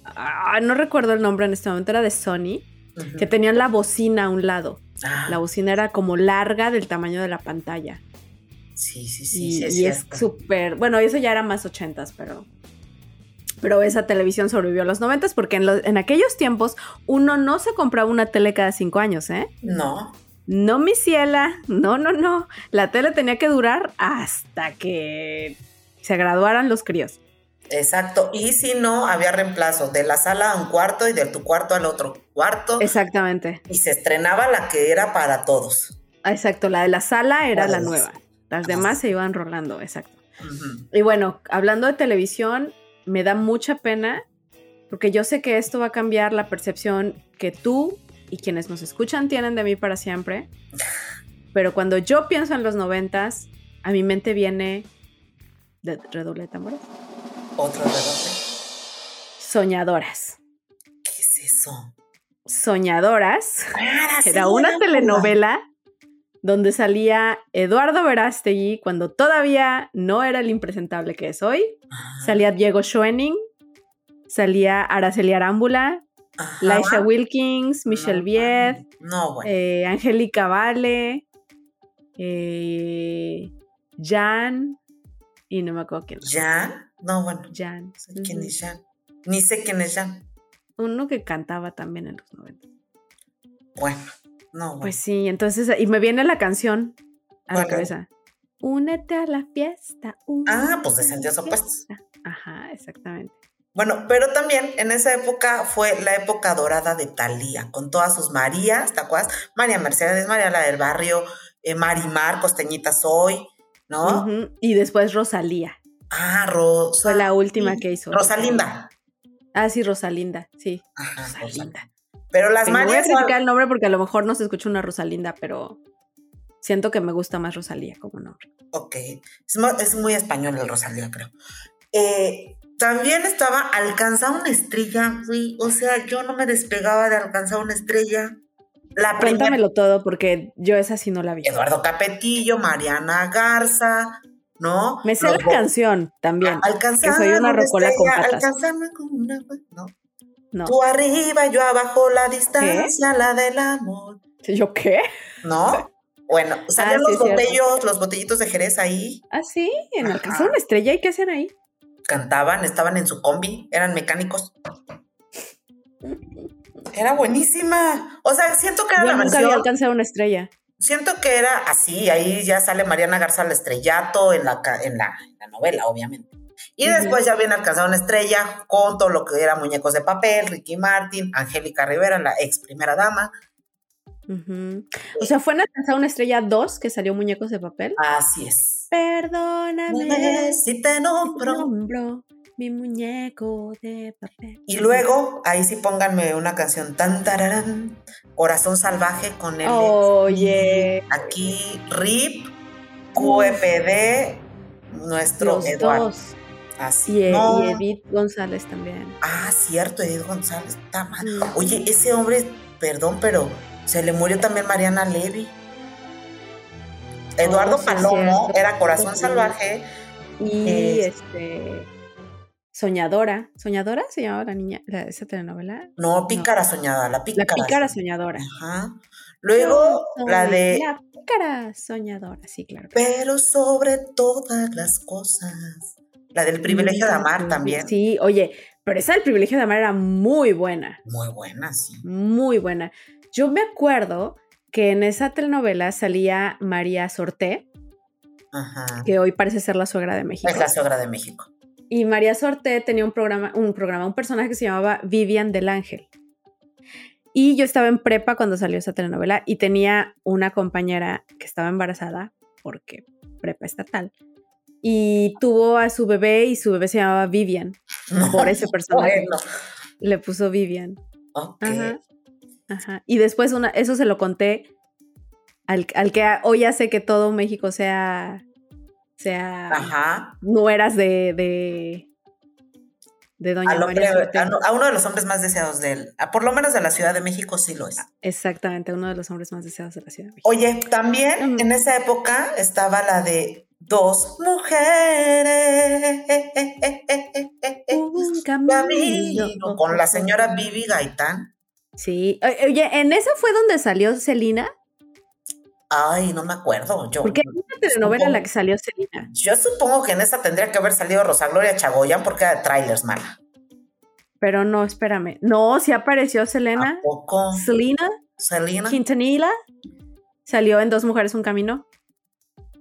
[SPEAKER 2] Ah, no recuerdo el nombre en este momento, era de Sony,
[SPEAKER 3] Ujú.
[SPEAKER 2] que tenían la bocina a un lado.
[SPEAKER 3] Ah,
[SPEAKER 2] La bocina era como larga del tamaño de la pantalla.
[SPEAKER 3] sí, sí,
[SPEAKER 2] y
[SPEAKER 3] sí, sí, es
[SPEAKER 2] y es
[SPEAKER 3] cierto.
[SPEAKER 2] súper, bueno, eso ya era más ochentas, pero... Pero esa televisión sobrevivió a los noventas porque en, los- en aquellos tiempos uno no se compraba una tele cada cinco años, ¿eh?
[SPEAKER 3] No,
[SPEAKER 2] No, mi ciela, no, no, no. La tele tenía que durar hasta que se graduaran los críos.
[SPEAKER 3] exacto. Y si no, había reemplazo de la sala a un cuarto y de tu cuarto al otro cuarto.
[SPEAKER 2] Exactamente,
[SPEAKER 3] Y se estrenaba la que era para todos.
[SPEAKER 2] exacto. La de la sala era la
[SPEAKER 3] Las-
[SPEAKER 2] nueva. Las demás se iban rolando, exacto.
[SPEAKER 3] Ujú.
[SPEAKER 2] Y bueno, hablando de televisión, me da mucha pena porque yo sé que esto va a cambiar la percepción que tú y quienes nos escuchan tienen de mí para siempre. Pero cuando yo pienso en los noventas, a mi mente viene de redoble de tambores.
[SPEAKER 3] Otro redoble.
[SPEAKER 2] Soñadoras.
[SPEAKER 3] ¿Qué es eso?
[SPEAKER 2] Soñadoras.
[SPEAKER 3] Ah,
[SPEAKER 2] Era
[SPEAKER 3] sí,
[SPEAKER 2] una
[SPEAKER 3] puta.
[SPEAKER 2] telenovela donde salía Eduardo Verástegui cuando todavía no era el impresentable que es hoy.
[SPEAKER 3] Ah,
[SPEAKER 2] Salía Diego Schoening, salía Araceli Arámbula,
[SPEAKER 3] Ajá.
[SPEAKER 2] Laisha Wilkins, Michelle
[SPEAKER 3] No,
[SPEAKER 2] Viet,
[SPEAKER 3] No, bueno.
[SPEAKER 2] eh, Angélica Vale, eh, Jan, y no me acuerdo quién. más.
[SPEAKER 3] ¿Jan? No, bueno. no
[SPEAKER 2] Jan.
[SPEAKER 3] sé ¿Quién
[SPEAKER 2] ujú.
[SPEAKER 3] es Jan? Ni sé quién es Jan.
[SPEAKER 2] Uno que cantaba también en los 90.
[SPEAKER 3] Bueno, no, bueno.
[SPEAKER 2] Pues sí, entonces, y me viene la canción a la
[SPEAKER 3] ¿Cuál?
[SPEAKER 2] cabeza. Únete a la fiesta.
[SPEAKER 3] Ah,
[SPEAKER 2] únete
[SPEAKER 3] pues de
[SPEAKER 2] a la
[SPEAKER 3] sentidos opuestos.
[SPEAKER 2] fiesta. Ajá, exactamente.
[SPEAKER 3] Bueno, pero también en esa época fue la época dorada de Talía, con todas sus Marías, ¿te acuerdas? María Mercedes, María la del Barrio, eh, Marimar, Costeñita Soy, ¿no?
[SPEAKER 2] Ujú, Y después Rosalía.
[SPEAKER 3] Ah, Rosa.
[SPEAKER 2] Fue la última que hizo.
[SPEAKER 3] Rosalinda.
[SPEAKER 2] Ah, sí, Rosalinda, sí.
[SPEAKER 3] Ajá, Ah, Rosalinda.
[SPEAKER 2] Rosalinda.
[SPEAKER 3] Pero las
[SPEAKER 2] Venga, voy a
[SPEAKER 3] Marías.
[SPEAKER 2] criticar el nombre porque a lo mejor no se escucha una Rosalinda, pero siento que me gusta más Rosalía como nombre.
[SPEAKER 3] Ok. Es, mo- es muy español el Rosalía, creo. Eh, también estaba Alcanzar una estrella, güey. O sea, yo no me despegaba de alcanzar una estrella. La primera.
[SPEAKER 2] Cuéntamelo todo porque yo esa sí no la vi.
[SPEAKER 3] Eduardo Capetillo, Mariana Garza, ¿no?
[SPEAKER 2] Me sé la
[SPEAKER 3] Los-
[SPEAKER 2] canción también.
[SPEAKER 3] Alcanzar
[SPEAKER 2] que soy una rocola con
[SPEAKER 3] estrella,
[SPEAKER 2] patas.
[SPEAKER 3] alcanzarme con una- no.
[SPEAKER 2] No.
[SPEAKER 3] Tú arriba, yo abajo, la distancia, la del amor.
[SPEAKER 2] ¿Yo qué?
[SPEAKER 3] ¿No? Bueno,
[SPEAKER 2] Ah,
[SPEAKER 3] salían
[SPEAKER 2] sí,
[SPEAKER 3] los
[SPEAKER 2] es cierto.
[SPEAKER 3] botellos, los botellitos de Jerez ahí,
[SPEAKER 2] Ah, sí, en
[SPEAKER 3] Ajá.
[SPEAKER 2] Alcanzar una estrella. ¿Y qué hacen ahí?
[SPEAKER 3] cantaban, estaban en su combi, eran mecánicos. Era buenísima. O sea, siento que era
[SPEAKER 2] Yo
[SPEAKER 3] la
[SPEAKER 2] nunca había
[SPEAKER 3] versión.
[SPEAKER 2] alcanzado una estrella.
[SPEAKER 3] Siento que era así, ahí ya sale Mariana Garza al estrellato en la, ca- en la, en la novela, obviamente. Y
[SPEAKER 2] Ujú.
[SPEAKER 3] después ya viene alcanzar una estrella con todo lo que era Muñecos de Papel, Ricky Martin, Angélica Rivera, la ex primera dama.
[SPEAKER 2] Ujú. O sea, fue en Alcanzar una estrella 2 que salió Muñecos de Papel.
[SPEAKER 3] Así es.
[SPEAKER 2] Perdóname.
[SPEAKER 3] Si te nombro.
[SPEAKER 2] Nombro mi muñeco de papel.
[SPEAKER 3] Y luego, ahí sí pónganme una canción tan tararán, Corazón Salvaje con el...
[SPEAKER 2] Oh. Oye.
[SPEAKER 3] Aquí RIP, QFD, nuestro
[SPEAKER 2] Los
[SPEAKER 3] Eduardo.
[SPEAKER 2] dos.
[SPEAKER 3] Así
[SPEAKER 2] Y, e-
[SPEAKER 3] No.
[SPEAKER 2] y Edith González también.
[SPEAKER 3] Ah, cierto, Edith González. Está mal.
[SPEAKER 2] Mm.
[SPEAKER 3] Ah, Oye, ese hombre, perdón, pero se le murió también Mariana Levy. Eduardo
[SPEAKER 2] Oh, sí,
[SPEAKER 3] Palomo
[SPEAKER 2] cierto.
[SPEAKER 3] era corazón
[SPEAKER 2] Sí.
[SPEAKER 3] salvaje.
[SPEAKER 2] Mm. Y
[SPEAKER 3] Es-
[SPEAKER 2] este. Soñadora. ¿Soñadora se llamaba la niña? la- esa telenovela.
[SPEAKER 3] No, pícara soñada, la
[SPEAKER 2] La
[SPEAKER 3] pícara.
[SPEAKER 2] pícara soñadora.
[SPEAKER 3] Ajá. Luego
[SPEAKER 2] Yo
[SPEAKER 3] la
[SPEAKER 2] soy
[SPEAKER 3] de
[SPEAKER 2] La pícara soñadora, sí, claro. que sí.
[SPEAKER 3] Pero sobre todas las cosas. La del privilegio de amar también.
[SPEAKER 2] Sí, oye, pero esa del privilegio de amar era muy buena,
[SPEAKER 3] Muy buena, sí.
[SPEAKER 2] muy buena. Yo me acuerdo que en esa telenovela salía María Sorté,
[SPEAKER 3] Ajá.
[SPEAKER 2] que hoy parece ser la suegra de México.
[SPEAKER 3] Es la suegra de México.
[SPEAKER 2] Y María Sorté tenía un programa, un programa, un personaje que se llamaba Vivian del Ángel. Y yo estaba en prepa cuando salió esa telenovela y tenía una compañera que estaba embarazada, porque prepa estatal, y tuvo a su bebé y su bebé se llamaba Vivian, por ese personaje.
[SPEAKER 3] Bueno,
[SPEAKER 2] Le puso Vivian.
[SPEAKER 3] ok.
[SPEAKER 2] Ajá. Ajá. Y después una, eso se lo conté al, al que hoy hace que todo México sea, sea
[SPEAKER 3] Ajá.
[SPEAKER 2] nueras de, de, de Doña
[SPEAKER 3] Al hombre-
[SPEAKER 2] María Sorté.
[SPEAKER 3] a, a uno de los hombres más deseados de él. A- por lo menos de la Ciudad de México sí lo es.
[SPEAKER 2] Exactamente, uno de los hombres más deseados de la Ciudad de México.
[SPEAKER 3] Oye, también
[SPEAKER 2] Mm.
[SPEAKER 3] en esa época estaba la de dos mujeres.
[SPEAKER 2] Un
[SPEAKER 3] Camino,
[SPEAKER 2] camino.
[SPEAKER 3] con la señora Vivi Gaitán.
[SPEAKER 2] Sí. O- Oye, en esa fue donde salió Celina,
[SPEAKER 3] Ay, no me acuerdo. Yo,
[SPEAKER 2] porque hay una telenovela en la que salió Celina.
[SPEAKER 3] yo supongo que en esa tendría que haber salido Rosa Gloria Chagoyan porque era de trailers mala.
[SPEAKER 2] Pero no, espérame. No, sí apareció
[SPEAKER 3] ¿A
[SPEAKER 2] Selena.
[SPEAKER 3] poco?
[SPEAKER 2] Selena
[SPEAKER 3] Selena.
[SPEAKER 2] Quintanilla salió en Dos Mujeres Un Camino.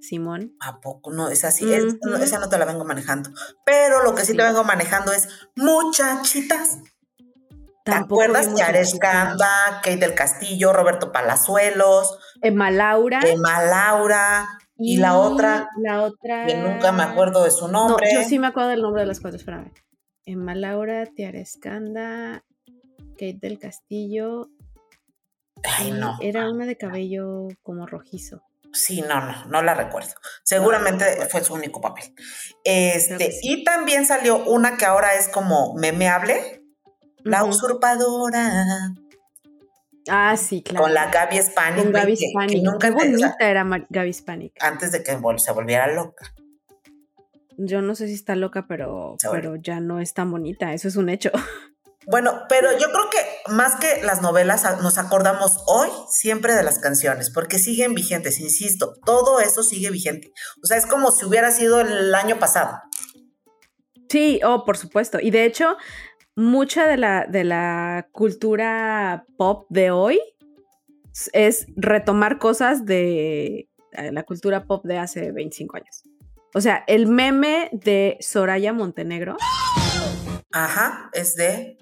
[SPEAKER 2] Simón.
[SPEAKER 3] ¿A poco? No, es así. es- no,
[SPEAKER 2] Ujú.
[SPEAKER 3] esa no te la vengo manejando. Pero lo que sí, te
[SPEAKER 2] Sí.
[SPEAKER 3] vengo manejando es muchachitas. ¿Te
[SPEAKER 2] Tampoco
[SPEAKER 3] acuerdas
[SPEAKER 2] vimos
[SPEAKER 3] de Ares
[SPEAKER 2] muchísimo.
[SPEAKER 3] Gamba, Kate del Castillo, Roberto Palazuelos,
[SPEAKER 2] Emma Laura.
[SPEAKER 3] Emma Laura y, la otra,
[SPEAKER 2] La otra.
[SPEAKER 3] que nunca me acuerdo de su
[SPEAKER 2] No,
[SPEAKER 3] nombre?
[SPEAKER 2] yo sí me acuerdo del nombre de las cuatro, espérame. Emma Laura, Tiara Escanda, Kate del Castillo,
[SPEAKER 3] Ay, no.
[SPEAKER 2] Era una de cabello como rojizo.
[SPEAKER 3] Sí, no, no, no la recuerdo. Seguramente fue su único papel. Este, y también salió una que ahora es como memeable, La
[SPEAKER 2] Ujú.
[SPEAKER 3] usurpadora,
[SPEAKER 2] Ah, sí, claro.
[SPEAKER 3] con la Gaby Spanik.
[SPEAKER 2] Con Gaby
[SPEAKER 3] que- que
[SPEAKER 2] Spanik.
[SPEAKER 3] nunca
[SPEAKER 2] Qué
[SPEAKER 3] te- o sea, Ah.
[SPEAKER 2] bonita era Mar- Gaby Spanik.
[SPEAKER 3] antes de que vol- se volviera loca.
[SPEAKER 2] Yo no sé si está loca, pero,
[SPEAKER 3] Se
[SPEAKER 2] pero ya no es tan bonita. Eso es un hecho.
[SPEAKER 3] Bueno, pero yo creo que más que las novelas a- nos acordamos hoy siempre de las canciones, porque siguen vigentes, insisto, todo eso sigue vigente. O sea, es como si hubiera sido el año pasado.
[SPEAKER 2] Sí, oh, por supuesto. Y de hecho, mucha de la, de la cultura pop de hoy s- es retomar cosas de eh, la cultura pop de hace 25 años. O sea, el meme de Soraya Montenegro
[SPEAKER 3] Ajá, es de,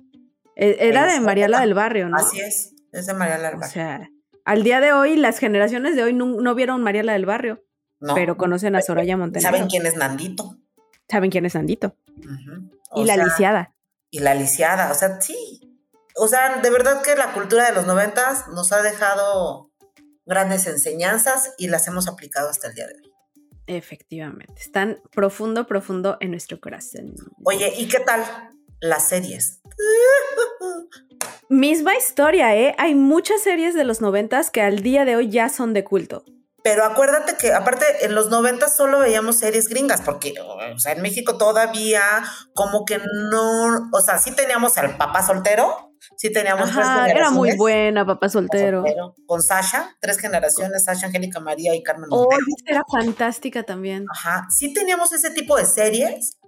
[SPEAKER 2] eh, era de
[SPEAKER 3] Exacto.
[SPEAKER 2] Mariela del Barrio, ¿no?
[SPEAKER 3] así es, es de María
[SPEAKER 2] O
[SPEAKER 3] Larva.
[SPEAKER 2] sea, al día de hoy, las generaciones de hoy nu- no vieron Mariela del Barrio,
[SPEAKER 3] No.
[SPEAKER 2] pero conocen a Soraya Montenegro.
[SPEAKER 3] ¿Saben quién es Nandito?
[SPEAKER 2] Saben quién es Nandito.
[SPEAKER 3] Ujú. O
[SPEAKER 2] Y la
[SPEAKER 3] sea,
[SPEAKER 2] lisiada.
[SPEAKER 3] Y la lisiada, o sea, sí. O sea, de verdad que la cultura de los noventas nos ha dejado grandes enseñanzas y las hemos aplicado hasta el día de hoy.
[SPEAKER 2] Efectivamente. Están profundo, profundo en nuestro corazón.
[SPEAKER 3] Oye, ¿y qué tal las series?
[SPEAKER 2] Misma historia, ¿eh? Hay muchas series de los noventas que al día de hoy ya son de culto.
[SPEAKER 3] Pero acuérdate que aparte en los 90 solo veíamos series gringas, porque o sea, en México todavía como que no, o sea, sí teníamos al papá soltero, sí teníamos tres
[SPEAKER 2] Ajá, era muy
[SPEAKER 3] generaciones.
[SPEAKER 2] buena, papá soltero.
[SPEAKER 3] Con Sasha, tres generaciones, Sasha, Angélica María y Carmen
[SPEAKER 2] Oh,
[SPEAKER 3] Montero.
[SPEAKER 2] esa era fantástica también.
[SPEAKER 3] Ajá, sí teníamos ese tipo de series,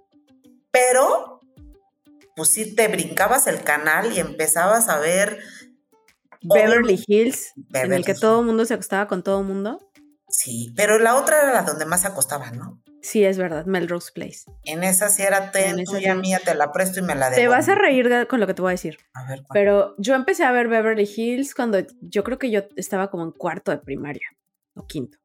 [SPEAKER 3] pero pues sí te brincabas el canal y empezabas a ver
[SPEAKER 2] Beverly Hills, en
[SPEAKER 3] oh. Beverly
[SPEAKER 2] el que
[SPEAKER 3] Hills.
[SPEAKER 2] todo el mundo se acostaba con todo el mundo.
[SPEAKER 3] Sí, pero la otra era la donde más se acostaban, ¿no?
[SPEAKER 2] Sí, es verdad, Melrose Place.
[SPEAKER 3] En esa sí era ten,
[SPEAKER 2] En esa
[SPEAKER 3] tuya
[SPEAKER 2] sí.
[SPEAKER 3] mía, te la presto y me la
[SPEAKER 2] Te
[SPEAKER 3] devuelvo.
[SPEAKER 2] vas a reír de- con lo que te voy a decir.
[SPEAKER 3] A ver, ¿cuál?
[SPEAKER 2] Pero yo empecé a ver Beverly Hills cuando yo creo que yo estaba como en cuarto de primaria o quinto.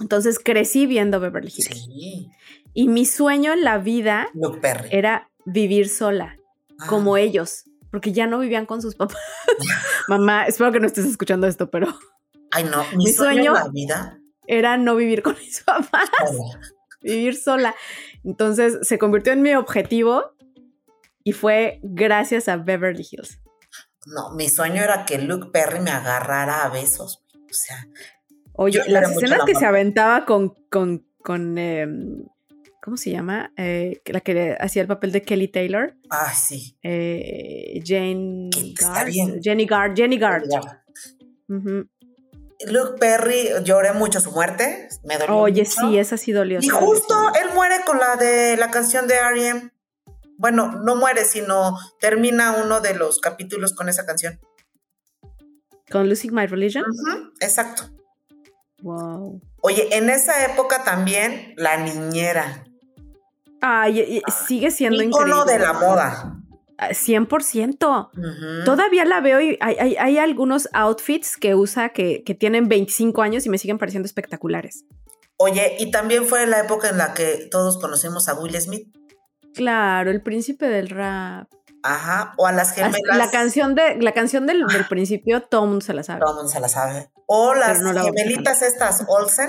[SPEAKER 2] Entonces crecí viendo Beverly Hills.
[SPEAKER 3] sí,
[SPEAKER 2] Y mi sueño en la vida
[SPEAKER 3] Luke Perry.
[SPEAKER 2] era vivir sola,
[SPEAKER 3] Ah,
[SPEAKER 2] Eh, como ellos, porque ya no vivían con sus papás. Mamá, espero que no estés escuchando esto, pero
[SPEAKER 3] Ah, Ay, no, mi,
[SPEAKER 2] mi
[SPEAKER 3] sueño, en
[SPEAKER 2] sueño-
[SPEAKER 3] la vida.
[SPEAKER 2] era no vivir con mis papás,
[SPEAKER 3] Hola.
[SPEAKER 2] vivir sola. Entonces se convirtió en mi objetivo y fue gracias a Beverly Hills.
[SPEAKER 3] No, mi sueño era que Luke Perry me agarrara a besos. O sea,
[SPEAKER 2] Oye,
[SPEAKER 3] Yo era
[SPEAKER 2] las
[SPEAKER 3] mucho
[SPEAKER 2] escenas
[SPEAKER 3] la
[SPEAKER 2] que se
[SPEAKER 3] mamá.
[SPEAKER 2] aventaba con, con, con em, ¿cómo se llama? Eh, la que hacía el papel de Kelly Taylor,
[SPEAKER 3] ay, sí.
[SPEAKER 2] eh, Jane
[SPEAKER 3] Que está
[SPEAKER 2] Gard,
[SPEAKER 3] bien.
[SPEAKER 2] Jenny Gard, Jenny Gard. Ujú.
[SPEAKER 3] Luke Perry, lloré mucho su muerte. Me dolió.
[SPEAKER 2] Oye,
[SPEAKER 3] mucho.
[SPEAKER 2] sí, esa sí dolió.
[SPEAKER 3] Y
[SPEAKER 2] sí dolió, sí
[SPEAKER 3] justo
[SPEAKER 2] dolió.
[SPEAKER 3] él muere con la de la canción de R.E.M. Bueno, no muere, sino termina uno de los capítulos con esa canción.
[SPEAKER 2] Con Losing My Religion.
[SPEAKER 3] Ujú, Exacto.
[SPEAKER 2] Wow.
[SPEAKER 3] Oye, en esa época también la niñera,
[SPEAKER 2] Ay, y- y sigue siendo
[SPEAKER 3] Ah, ícono
[SPEAKER 2] increíble.
[SPEAKER 3] de la moda.
[SPEAKER 2] Ah, 100%.
[SPEAKER 3] Ujú.
[SPEAKER 2] Todavía la veo y hay, hay- hay algunos outfits que usa que, que tienen 25 años y me siguen pareciendo espectaculares.
[SPEAKER 3] Oye, y también fue la época en la que todos conocimos a Will Smith,
[SPEAKER 2] Claro, el príncipe del rap.
[SPEAKER 3] ajá, o a las
[SPEAKER 2] As-
[SPEAKER 3] gemelas.
[SPEAKER 2] La canción, de, la canción del, del principio, todo el mundo se la sabe.
[SPEAKER 3] Todo el mundo se la sabe. O las
[SPEAKER 2] no la vamos a
[SPEAKER 3] gemelitas estas, Olsen.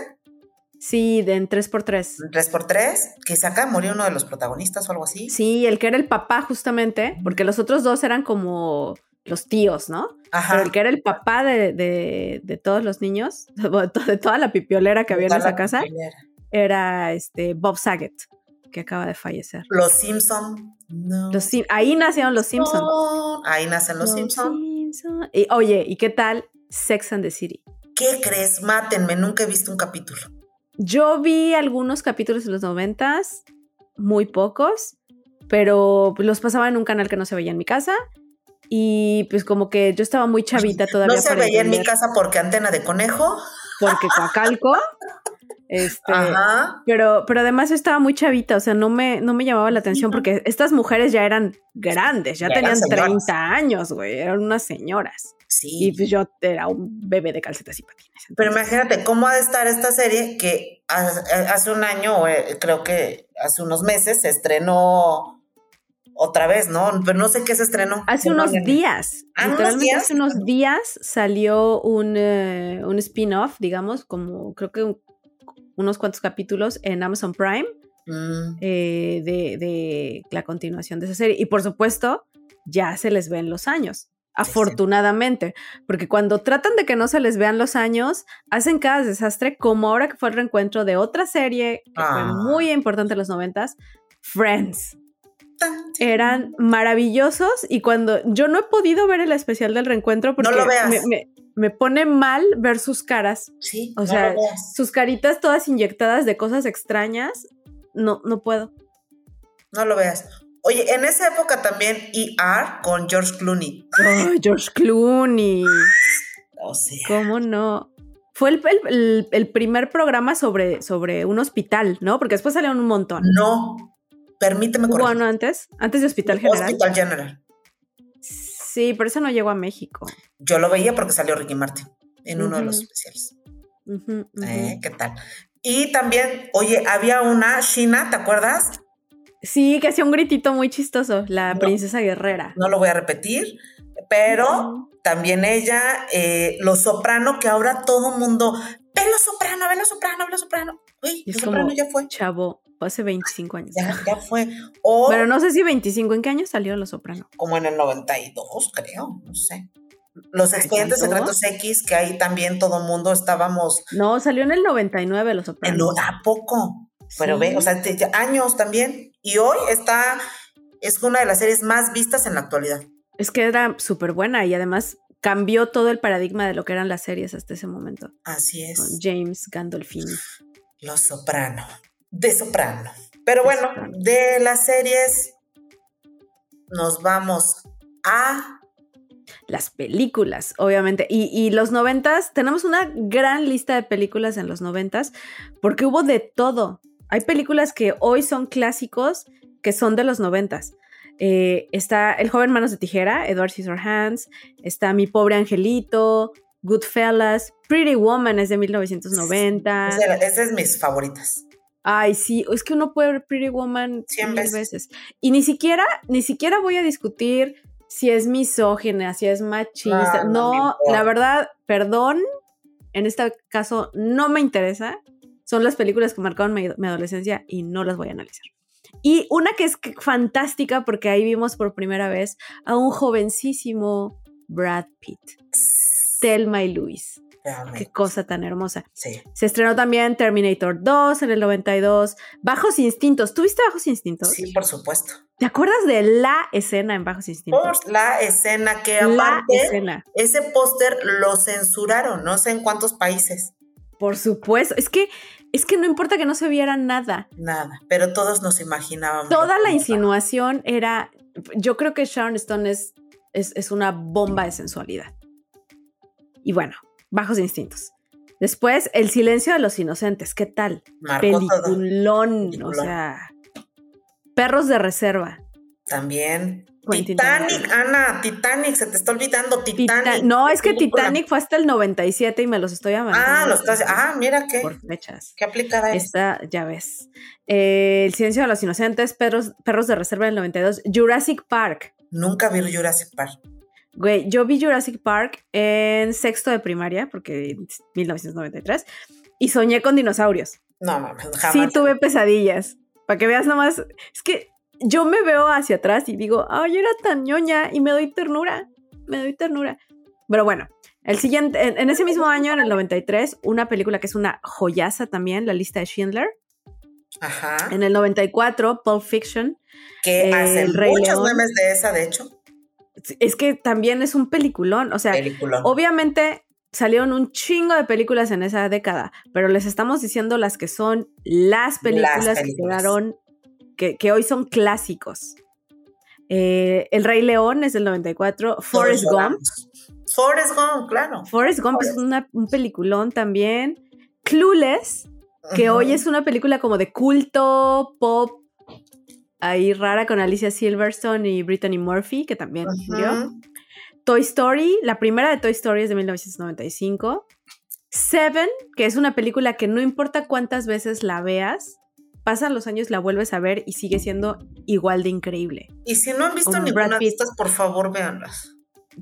[SPEAKER 2] Sí, de en 3x3.
[SPEAKER 3] 3x3, que se acaba de morir uno de los protagonistas o algo así.
[SPEAKER 2] Sí, el que era el papá justamente, porque los otros dos eran como los tíos, ¿no?
[SPEAKER 3] Ajá.
[SPEAKER 2] Pero el que era el papá de, de- de todos los niños, de to- de toda la pipiolera que había en
[SPEAKER 3] Está la
[SPEAKER 2] esa casa,
[SPEAKER 3] primera.
[SPEAKER 2] era este Bob Saget, que acaba de fallecer.
[SPEAKER 3] Los Simpson. No.
[SPEAKER 2] Los Sim- ahí nacieron los Simpsons.
[SPEAKER 3] Ahí nacen los, Simpson.
[SPEAKER 2] Y, oye, ¿y qué tal Sex and the City?
[SPEAKER 3] ¿Qué crees? Mátenme, nunca he visto un capítulo.
[SPEAKER 2] Yo vi algunos capítulos de los noventas, muy pocos, pero los pasaba en un canal que no se veía en mi casa. Y pues como que yo estaba muy chavita todavía.
[SPEAKER 3] no se
[SPEAKER 2] para
[SPEAKER 3] veía en mi
[SPEAKER 2] entender,
[SPEAKER 3] casa porque antena de conejo.
[SPEAKER 2] Porque Coacalco. este,
[SPEAKER 3] Ajá.
[SPEAKER 2] Pero, pero además yo estaba muy chavita, o sea, no me, no me llamaba la atención
[SPEAKER 3] Ujú.
[SPEAKER 2] porque estas mujeres ya eran grandes, ya,
[SPEAKER 3] Ya eran
[SPEAKER 2] tenían
[SPEAKER 3] señoras.
[SPEAKER 2] 30 años, güey, eran unas señoras. Y
[SPEAKER 3] Sí.
[SPEAKER 2] pues yo era un bebé de calcetas y patines.
[SPEAKER 3] Pero
[SPEAKER 2] entonces-
[SPEAKER 3] imagínate cómo ha de estar esta serie que ha- hace un año, o, eh, creo que hace unos meses, se estrenó otra vez, ¿no? Pero no sé qué se estrenó.
[SPEAKER 2] Hace unos días,
[SPEAKER 3] Ah, ¿unos
[SPEAKER 2] literalmente
[SPEAKER 3] días?
[SPEAKER 2] hace unos días salió un, eh, un spin-off, digamos, como creo que un- unos cuantos capítulos en Amazon Prime
[SPEAKER 3] Mm.
[SPEAKER 2] eh, de, de la continuación de esa serie. Y por supuesto, ya se les ven los años. Afortunadamente, porque cuando tratan de que no se les vean los años, hacen cada desastre, como ahora que fue el reencuentro de otra serie que
[SPEAKER 3] Ah.
[SPEAKER 2] fue muy importante en los noventas, Friends
[SPEAKER 3] Ah,
[SPEAKER 2] eran maravillosos y cuando yo no he podido ver el especial del reencuentro porque
[SPEAKER 3] lo veas.
[SPEAKER 2] Me, me- me pone mal ver sus caras,
[SPEAKER 3] Sí,
[SPEAKER 2] O
[SPEAKER 3] no
[SPEAKER 2] sea,
[SPEAKER 3] lo veas.
[SPEAKER 2] sus caritas todas inyectadas de cosas extrañas. No, no puedo.
[SPEAKER 3] No lo veas. Oye, en esa época también ER con George Clooney.
[SPEAKER 2] Ay, Oh, George Clooney,
[SPEAKER 3] O sea,
[SPEAKER 2] ¿cómo no? Fue el, el- el- el primer programa sobre, sobre un hospital, ¿no? Porque después salieron un montón.
[SPEAKER 3] no. Permíteme
[SPEAKER 2] ¿Hubo
[SPEAKER 3] corregir.
[SPEAKER 2] uno antes? Antes de Hospital General.
[SPEAKER 3] Hospital General.
[SPEAKER 2] Sí, pero eso no llegó a México.
[SPEAKER 3] Yo lo veía porque salió Ricky Martin en uno de los
[SPEAKER 2] Ujú.
[SPEAKER 3] especiales.
[SPEAKER 2] Ujú, ujú.
[SPEAKER 3] ¿Eh? ¿Qué tal? Y también, oye, había una China, ¿te acuerdas?
[SPEAKER 2] Sí, que hacía un gritito muy chistoso, la
[SPEAKER 3] No.
[SPEAKER 2] princesa guerrera.
[SPEAKER 3] No lo voy a repetir, pero
[SPEAKER 2] Ujú.
[SPEAKER 3] también ella, eh, Los Soprano, que ahora todo mundo, ve Los Soprano, ve Los Soprano, ve Los Soprano. Uy,
[SPEAKER 2] Y es
[SPEAKER 3] Los Soprano
[SPEAKER 2] como-
[SPEAKER 3] ya fue,
[SPEAKER 2] Chavo, fue hace 25 años.
[SPEAKER 3] ya, ya fue. O
[SPEAKER 2] Bueno, no sé si 25, ¿en qué año salió Los Soprano?
[SPEAKER 3] como en el 92, creo, no sé. Los
[SPEAKER 2] Ay,
[SPEAKER 3] expedientes
[SPEAKER 2] ¿tanto?
[SPEAKER 3] secretos X, que ahí también todo mundo estábamos
[SPEAKER 2] No, salió en el 99 Los
[SPEAKER 3] en
[SPEAKER 2] Soprano.
[SPEAKER 3] lo- a poco. Pero
[SPEAKER 2] Sí.
[SPEAKER 3] ve, o sea, te- ya años también. Y hoy está, es una de las series más vistas en la actualidad.
[SPEAKER 2] Es que era súper buena y además cambió todo el paradigma de lo que eran las series hasta ese momento.
[SPEAKER 3] Así es.
[SPEAKER 2] Con James Gandolfini.
[SPEAKER 3] Los Soprano. De Soprano. Pero
[SPEAKER 2] De
[SPEAKER 3] bueno,
[SPEAKER 2] Soprano.
[SPEAKER 3] de las series nos vamos a...
[SPEAKER 2] Las películas, obviamente. Y, y los noventas, tenemos una gran lista de películas en los noventas porque hubo de todo. Hay películas que hoy son clásicos que son de los noventas. Eh, está El joven manos de tijera, Edward Scissorhands, está Mi pobre angelito, Goodfellas, Pretty Woman es de 1990.
[SPEAKER 3] Esa esa es mis favoritas.
[SPEAKER 2] Ay, sí, es que uno puede ver Pretty Woman
[SPEAKER 3] Cien
[SPEAKER 2] mil
[SPEAKER 3] veces.
[SPEAKER 2] veces. Y ni siquiera, ni siquiera voy a discutir si es misógina, si es machista.
[SPEAKER 3] No, no
[SPEAKER 2] No,
[SPEAKER 3] me importa.
[SPEAKER 2] la verdad, perdón, en este caso no me interesa. Son las películas que marcaron mi, mi adolescencia y no las voy a analizar. Y una que es que- fantástica porque ahí vimos por primera vez a un jovencísimo Brad Pitt, Thelma y Luis. Qué
[SPEAKER 3] Realmente.
[SPEAKER 2] cosa tan hermosa.
[SPEAKER 3] Sí.
[SPEAKER 2] Se estrenó también Terminator 2 en el 92. Bajos Instintos. ¿Tuviste Bajos Instintos?
[SPEAKER 3] Sí, por supuesto.
[SPEAKER 2] ¿Te acuerdas de la escena en Bajos Instintos?
[SPEAKER 3] Por la escena que
[SPEAKER 2] pues. la
[SPEAKER 3] aparte,
[SPEAKER 2] escena.
[SPEAKER 3] ese póster lo censuraron, no sé en cuántos países.
[SPEAKER 2] Por supuesto. Es que, es que no importa que no se viera nada.
[SPEAKER 3] Nada, pero todos nos imaginábamos.
[SPEAKER 2] Toda
[SPEAKER 3] lo
[SPEAKER 2] la
[SPEAKER 3] que
[SPEAKER 2] insinuación era. Yo creo que Sharon Stone es, es, es una bomba de sensualidad. Y bueno, Bajos Instintos. Después, El silencio de los inocentes. ¿Qué tal?
[SPEAKER 3] Marcó todo.
[SPEAKER 2] Peliculón. O
[SPEAKER 3] Peliculón.
[SPEAKER 2] sea, Perros de reserva.
[SPEAKER 3] También.
[SPEAKER 2] Quentin
[SPEAKER 3] Titanic,
[SPEAKER 2] Tarantino.
[SPEAKER 3] Ana, Titanic, se te está olvidando
[SPEAKER 2] Tita-
[SPEAKER 3] Titanic.
[SPEAKER 2] no, es que
[SPEAKER 3] Película.
[SPEAKER 2] Titanic fue hasta el 97 y me los estoy avanzando.
[SPEAKER 3] Ah, lo estás. Ah, mira qué,
[SPEAKER 2] Por fechas.
[SPEAKER 3] qué aplicada es.
[SPEAKER 2] Esta, ya ves. Eh, el Silencio de los Inocentes, Perros, Perros de Reserva del 92, Jurassic Park.
[SPEAKER 3] Nunca vi Jurassic Park.
[SPEAKER 2] Güey, yo vi Jurassic Park en sexto de primaria, porque 1993, y soñé con dinosaurios.
[SPEAKER 3] No, mames, jamás.
[SPEAKER 2] Sí tuve pesadillas. Para que veas nomás, es que yo me veo hacia atrás y digo, ay, era tan ñoña y me doy ternura, me doy ternura. Pero bueno, el siguiente, en, en ese mismo año, en el 93, una película que es una joyaza también, La lista de Schindler.
[SPEAKER 3] Ajá.
[SPEAKER 2] En el 94, Pulp Fiction.
[SPEAKER 3] Que
[SPEAKER 2] El
[SPEAKER 3] hacen
[SPEAKER 2] Rey
[SPEAKER 3] muchos
[SPEAKER 2] León.
[SPEAKER 3] memes de esa, de hecho.
[SPEAKER 2] Es que también es un peliculón, o sea,
[SPEAKER 3] Película.
[SPEAKER 2] obviamente salieron un chingo de películas en esa década, pero les estamos diciendo las que son las películas, que
[SPEAKER 3] películas.
[SPEAKER 2] quedaron, que, que hoy son clásicos. Eh, El Rey León es del 94, Forrest Gump.
[SPEAKER 3] Forrest Gump, claro.
[SPEAKER 2] Forrest Gump es una- un peliculón también. Clueless, que
[SPEAKER 3] Ujú.
[SPEAKER 2] hoy es una película como de culto, pop, ahí rara con Alicia Silverstone y Brittany Murphy, que también
[SPEAKER 3] Ujú.
[SPEAKER 2] murió. Toy Story, la primera de Toy Story es de 1995. Seven, que es una película que no importa cuántas veces la veas, pasan los años, la vuelves a ver y sigue siendo igual de increíble.
[SPEAKER 3] Y si no han visto
[SPEAKER 2] Como
[SPEAKER 3] ninguna
[SPEAKER 2] Brad
[SPEAKER 3] de
[SPEAKER 2] Pitt.
[SPEAKER 3] estas, por favor, véanlas.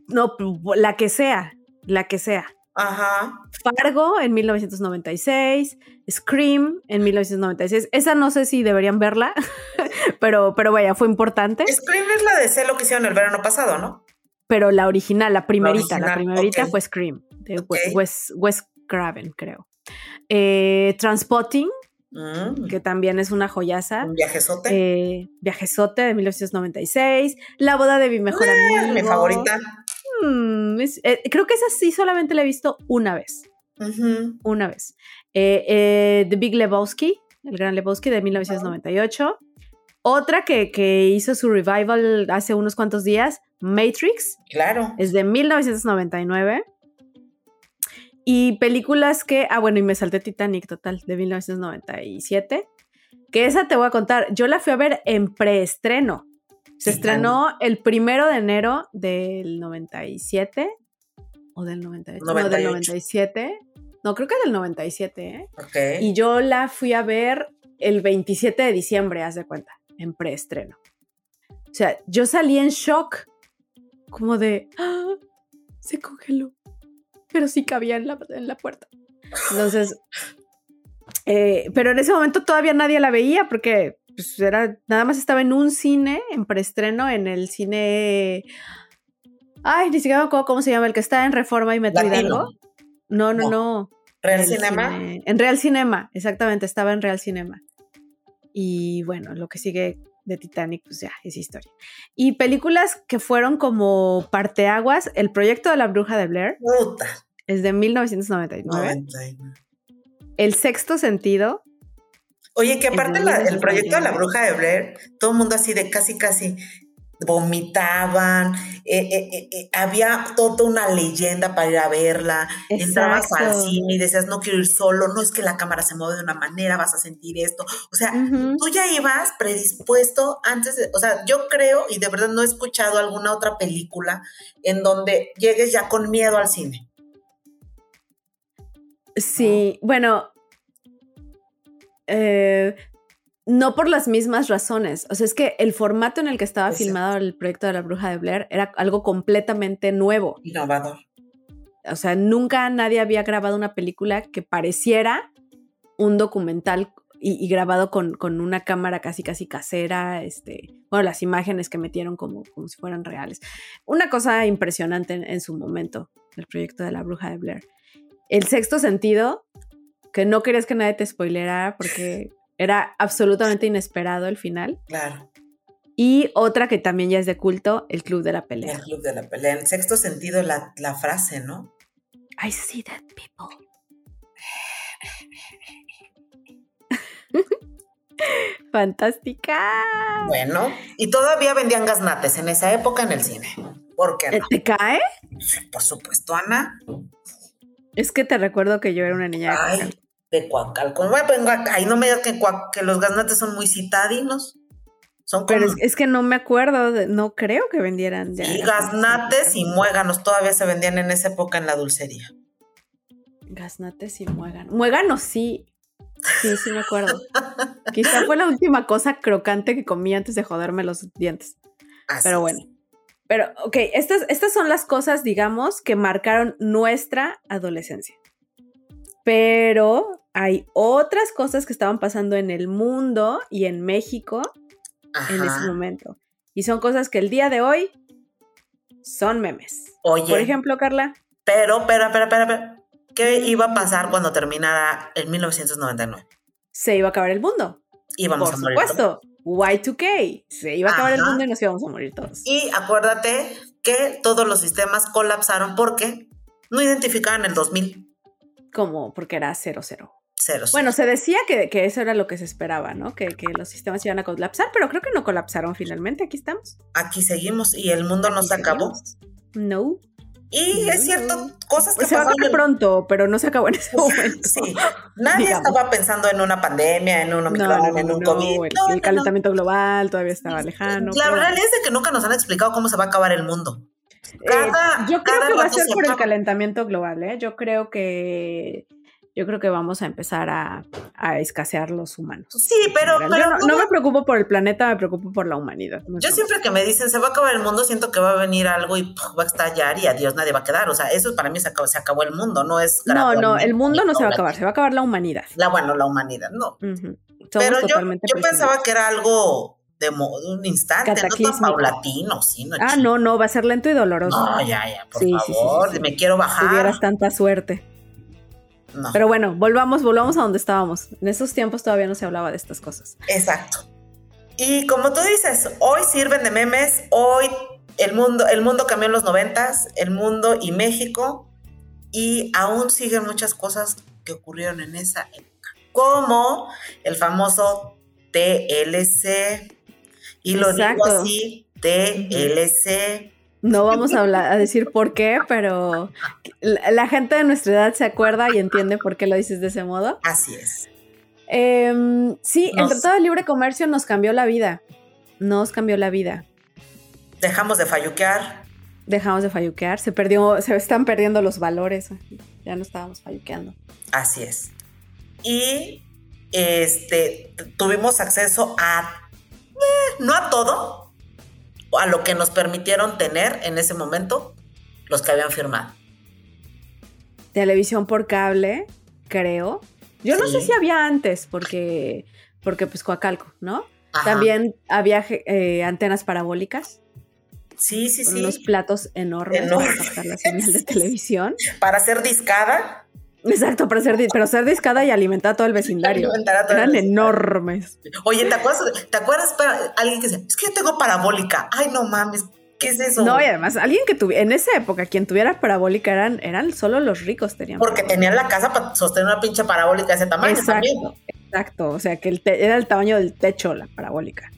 [SPEAKER 2] No, la que sea, la que sea.
[SPEAKER 3] Ajá.
[SPEAKER 2] Fargo en 1996, Scream en 1996. Esa no sé si deberían verla, pero, pero vaya, fue importante.
[SPEAKER 3] Scream es la de Celo que hicieron el verano pasado, ¿no?
[SPEAKER 2] Pero la original, la primerita, la,
[SPEAKER 3] original,
[SPEAKER 2] primerita
[SPEAKER 3] ok.
[SPEAKER 2] fue Scream, de
[SPEAKER 3] Ok.
[SPEAKER 2] Wes, Wes Craven, creo. Eh, Transpotting,
[SPEAKER 3] Mm,
[SPEAKER 2] que también es una joyaza.
[SPEAKER 3] un viajezote.
[SPEAKER 2] Eh, Viajesote de 1996, La boda de mi mejor
[SPEAKER 3] ¡Ah!
[SPEAKER 2] amigo.
[SPEAKER 3] mi favorita.
[SPEAKER 2] Mm, es- eh, creo que esa sí solamente la he visto una vez.
[SPEAKER 3] Ujú.
[SPEAKER 2] una vez. Eh, eh, The Big Lebowski, el gran Lebowski de 1998. Otra que, que hizo su revival hace unos cuantos días, Matrix,
[SPEAKER 3] Claro.
[SPEAKER 2] es de 1999. Y películas que, ah, bueno, y me salté Titanic total, de 1997. Que esa te voy a contar, yo la fui a ver en preestreno. Se
[SPEAKER 3] Titanic.
[SPEAKER 2] estrenó el primero de enero del 97 o del 98. No, del
[SPEAKER 3] 98.
[SPEAKER 2] 97. No, creo que del 97, ¿eh?
[SPEAKER 3] Ok.
[SPEAKER 2] Y yo la fui a ver el 27 de diciembre, haz de cuenta, en preestreno. O sea, yo salí en shock, como de, "Ah, se congeló, pero sí cabía en la, en la puerta. Entonces, eh, pero en ese momento todavía nadie la veía porque pues, era, nada más estaba en un cine, en preestreno, en el cine... Ay, ni siquiera me acuerdo cómo se llama, el que está en Reforma y Metro
[SPEAKER 3] Latino.
[SPEAKER 2] Hidalgo. No, no,
[SPEAKER 3] No.
[SPEAKER 2] no.
[SPEAKER 3] Real
[SPEAKER 2] Real
[SPEAKER 3] Cinema.
[SPEAKER 2] Cine- En Real Cinema, exactamente, estaba en Real Cinema. Y bueno, lo que sigue de Titanic, pues ya, es historia. Y películas que fueron como parteaguas, El proyecto de la bruja de Blair
[SPEAKER 3] Puta.
[SPEAKER 2] es de 1999,
[SPEAKER 3] 99.
[SPEAKER 2] El sexto sentido,
[SPEAKER 3] Oye, que
[SPEAKER 2] El
[SPEAKER 3] aparte
[SPEAKER 2] de
[SPEAKER 3] la- el
[SPEAKER 2] 1999.
[SPEAKER 3] proyecto de la bruja de Blair, todo el mundo así de casi, casi vomitaban, eh, eh, eh, eh, había toda una leyenda para ir a verla, entrabas al
[SPEAKER 2] Exacto.
[SPEAKER 3] cine y decías, no quiero ir solo, no es que la cámara se mueve de una manera, vas a sentir esto, o sea,
[SPEAKER 2] ujú,
[SPEAKER 3] tú ya ibas predispuesto antes, de- o sea, yo creo y de verdad no he escuchado alguna otra película en donde llegues ya con miedo al cine.
[SPEAKER 2] sí, bueno, eh, no por las mismas razones, o sea, es que el formato en el que estaba
[SPEAKER 3] Exacto.
[SPEAKER 2] filmado el proyecto de la bruja de Blair era algo completamente nuevo.
[SPEAKER 3] Innovador.
[SPEAKER 2] o sea, nunca nadie había grabado una película que pareciera un documental y, y grabado con, con una cámara casi casi casera, este, bueno, las imágenes que metieron como, como si fueran reales. Una cosa impresionante en, en su momento, el proyecto de la bruja de Blair. El sexto sentido, que no querías que nadie te spoilerara porque era absolutamente inesperado el final.
[SPEAKER 3] Claro,
[SPEAKER 2] Y otra que también ya es de culto, el Club de la Pelea.
[SPEAKER 3] el club de la pelea. En sexto sentido, la, la frase, ¿no?
[SPEAKER 2] I see dead people. Fantástica.
[SPEAKER 3] Bueno, y todavía vendían gaznates en esa época en el cine. ¿Por qué
[SPEAKER 2] Eh,
[SPEAKER 3] no?
[SPEAKER 2] ¿Te cae? Eh.
[SPEAKER 3] Por supuesto, Ana.
[SPEAKER 2] Es que te recuerdo que yo era una niña. de
[SPEAKER 3] Ay,
[SPEAKER 2] Coacalco.
[SPEAKER 3] de Coacalco. Bueno, pues, vengo acá. Ay, no me digas que, Coac- que los gaznates son muy citadinos. Son como
[SPEAKER 2] Pero es, es que no me acuerdo, de- no creo que vendieran ya.
[SPEAKER 3] Y gaznates y muéganos todavía se vendían en esa época en la dulcería.
[SPEAKER 2] Gasnates y muéganos. Muéganos sí. Sí, sí me acuerdo. Quizá fue la última cosa crocante que comí antes de joderme los dientes.
[SPEAKER 3] Así
[SPEAKER 2] Pero
[SPEAKER 3] es.
[SPEAKER 2] bueno. Pero, ok, estas, estas son las cosas, digamos, que marcaron nuestra adolescencia. Pero hay otras cosas que estaban pasando en el mundo y en México en
[SPEAKER 3] Ajá.
[SPEAKER 2] ese momento. Y son cosas que el día de hoy son memes.
[SPEAKER 3] Oye,
[SPEAKER 2] Por ejemplo, Carla,
[SPEAKER 3] pero, pero, pero, pero, pero, ¿qué iba a pasar cuando terminara el 1999?
[SPEAKER 2] se iba a acabar el mundo.
[SPEAKER 3] Íbamos
[SPEAKER 2] por
[SPEAKER 3] a morir. todos.
[SPEAKER 2] supuesto. Y2K. Se iba a acabar el
[SPEAKER 3] Ajá.
[SPEAKER 2] mundo y nos íbamos a morir todos.
[SPEAKER 3] Y acuérdate que todos los sistemas colapsaron porque no identificaban el 2000.
[SPEAKER 2] Como porque era cero cero.
[SPEAKER 3] Ceros.
[SPEAKER 2] Pues, Bueno, se decía que, que eso era lo que se esperaba, ¿no? Que, que los sistemas iban a colapsar, pero creo que no colapsaron finalmente. Aquí estamos.
[SPEAKER 3] Aquí seguimos y el mundo no se acabó.
[SPEAKER 2] No.
[SPEAKER 3] Y es cierto, cosas que
[SPEAKER 2] Pues se va a
[SPEAKER 3] pasaron
[SPEAKER 2] acabar
[SPEAKER 3] en-
[SPEAKER 2] pronto, pero no se acabó en ese momento.
[SPEAKER 3] Sí, nadie
[SPEAKER 2] Digamos.
[SPEAKER 3] estaba pensando en una pandemia, en un
[SPEAKER 2] No,
[SPEAKER 3] Omicron,
[SPEAKER 2] no,
[SPEAKER 3] en un
[SPEAKER 2] no,
[SPEAKER 3] COVID.
[SPEAKER 2] el,
[SPEAKER 3] No,
[SPEAKER 2] el
[SPEAKER 3] no, no.
[SPEAKER 2] calentamiento global todavía estaba lejano.
[SPEAKER 3] La
[SPEAKER 2] pero-
[SPEAKER 3] realidad es de que nunca nos han explicado cómo se va a acabar el mundo.
[SPEAKER 2] Eh,
[SPEAKER 3] cada-
[SPEAKER 2] yo creo
[SPEAKER 3] cada
[SPEAKER 2] que va a
[SPEAKER 3] rato
[SPEAKER 2] ser
[SPEAKER 3] se
[SPEAKER 2] por el
[SPEAKER 3] acaba.
[SPEAKER 2] calentamiento global, ¿eh? Yo creo que yo creo que vamos a empezar a, a escasear los humanos.
[SPEAKER 3] Sí, pero,
[SPEAKER 2] Yo
[SPEAKER 3] pero
[SPEAKER 2] no,
[SPEAKER 3] ¿cómo?
[SPEAKER 2] no me preocupo por el planeta, me preocupo por la humanidad.
[SPEAKER 3] Yo siempre que me dicen se va a acabar el mundo, siento que va a venir algo y ¡puf! va a estallar y adiós, nadie va a quedar. O sea, eso para mí se acabó, se acabó el mundo, no es.
[SPEAKER 2] No, no,
[SPEAKER 3] gradualmente,
[SPEAKER 2] el mundo no se va a acabar,
[SPEAKER 3] paulati-
[SPEAKER 2] se va a acabar la humanidad.
[SPEAKER 3] La, bueno, la humanidad, no.
[SPEAKER 2] Ujú. Somos
[SPEAKER 3] pero yo,
[SPEAKER 2] totalmente
[SPEAKER 3] yo pensaba
[SPEAKER 2] prisioneros.
[SPEAKER 3] que era algo de, mo- de un instante, no tan
[SPEAKER 2] Cataclísmico.
[SPEAKER 3] paulatino, sí, no.
[SPEAKER 2] Ah,
[SPEAKER 3] ching-
[SPEAKER 2] no, no, va a ser lento y doloroso.
[SPEAKER 3] No, ya, ya, por
[SPEAKER 2] Sí, sí, sí, sí,
[SPEAKER 3] favor,
[SPEAKER 2] sí.
[SPEAKER 3] me quiero
[SPEAKER 2] Si
[SPEAKER 3] bajar.
[SPEAKER 2] tuvieras tanta suerte.
[SPEAKER 3] No,
[SPEAKER 2] Pero bueno, volvamos, volvamos a donde estábamos. En esos tiempos todavía no se hablaba de estas cosas.
[SPEAKER 3] exacto. Y como tú dices, hoy sirven de memes, hoy el mundo, el mundo cambió en los noventas, el mundo y México, y aún siguen muchas cosas que ocurrieron en esa época, como el famoso TLC, y lo
[SPEAKER 2] Exacto.
[SPEAKER 3] digo así, TLC,
[SPEAKER 2] No vamos a, hablar, a decir por qué, pero la, la gente de nuestra edad se acuerda y entiende por qué lo dices de ese modo.
[SPEAKER 3] así es.
[SPEAKER 2] Em, sí, el
[SPEAKER 3] Nos-
[SPEAKER 2] Tratado de Libre Comercio nos cambió la vida. Nos cambió la vida.
[SPEAKER 3] Dejamos de falluquear,
[SPEAKER 2] Dejamos de falluquear, se perdió, se están perdiendo los valores. Ya no estábamos falluqueando.
[SPEAKER 3] Así es. Y este t- tuvimos acceso a eh, no a todo, a lo que nos permitieron tener en ese momento los que habían firmado.
[SPEAKER 2] televisión por cable, creo. Yo no sé
[SPEAKER 3] Sí.
[SPEAKER 2] si había antes, porque, porque pues Coacalco, ¿no?
[SPEAKER 3] Ajá.
[SPEAKER 2] También había eh, antenas parabólicas,
[SPEAKER 3] Sí, sí,
[SPEAKER 2] con
[SPEAKER 3] sí.
[SPEAKER 2] unos platos enormes para
[SPEAKER 3] Enormes.
[SPEAKER 2] captar la señal de televisión.
[SPEAKER 3] Para ser discada.
[SPEAKER 2] Exacto, para ser, di- pero ser discada y alimentar a todo el vecindario.
[SPEAKER 3] alimentar a todo el
[SPEAKER 2] Eran
[SPEAKER 3] vecindario.
[SPEAKER 2] enormes.
[SPEAKER 3] Oye, ¿te acuerdas? ¿Te acuerdas para alguien que dice, es que yo tengo parabólica? Ay, no mames, ¿qué es eso?
[SPEAKER 2] No, y además, alguien que tuviera, en esa época, quien tuviera parabólica eran, eran solo los ricos tenían.
[SPEAKER 3] Porque tenían la casa para sostener una pinche parabólica de ese tamaño también.
[SPEAKER 2] Exacto, exacto. O sea, que el te- era el tamaño del techo, la parabólica.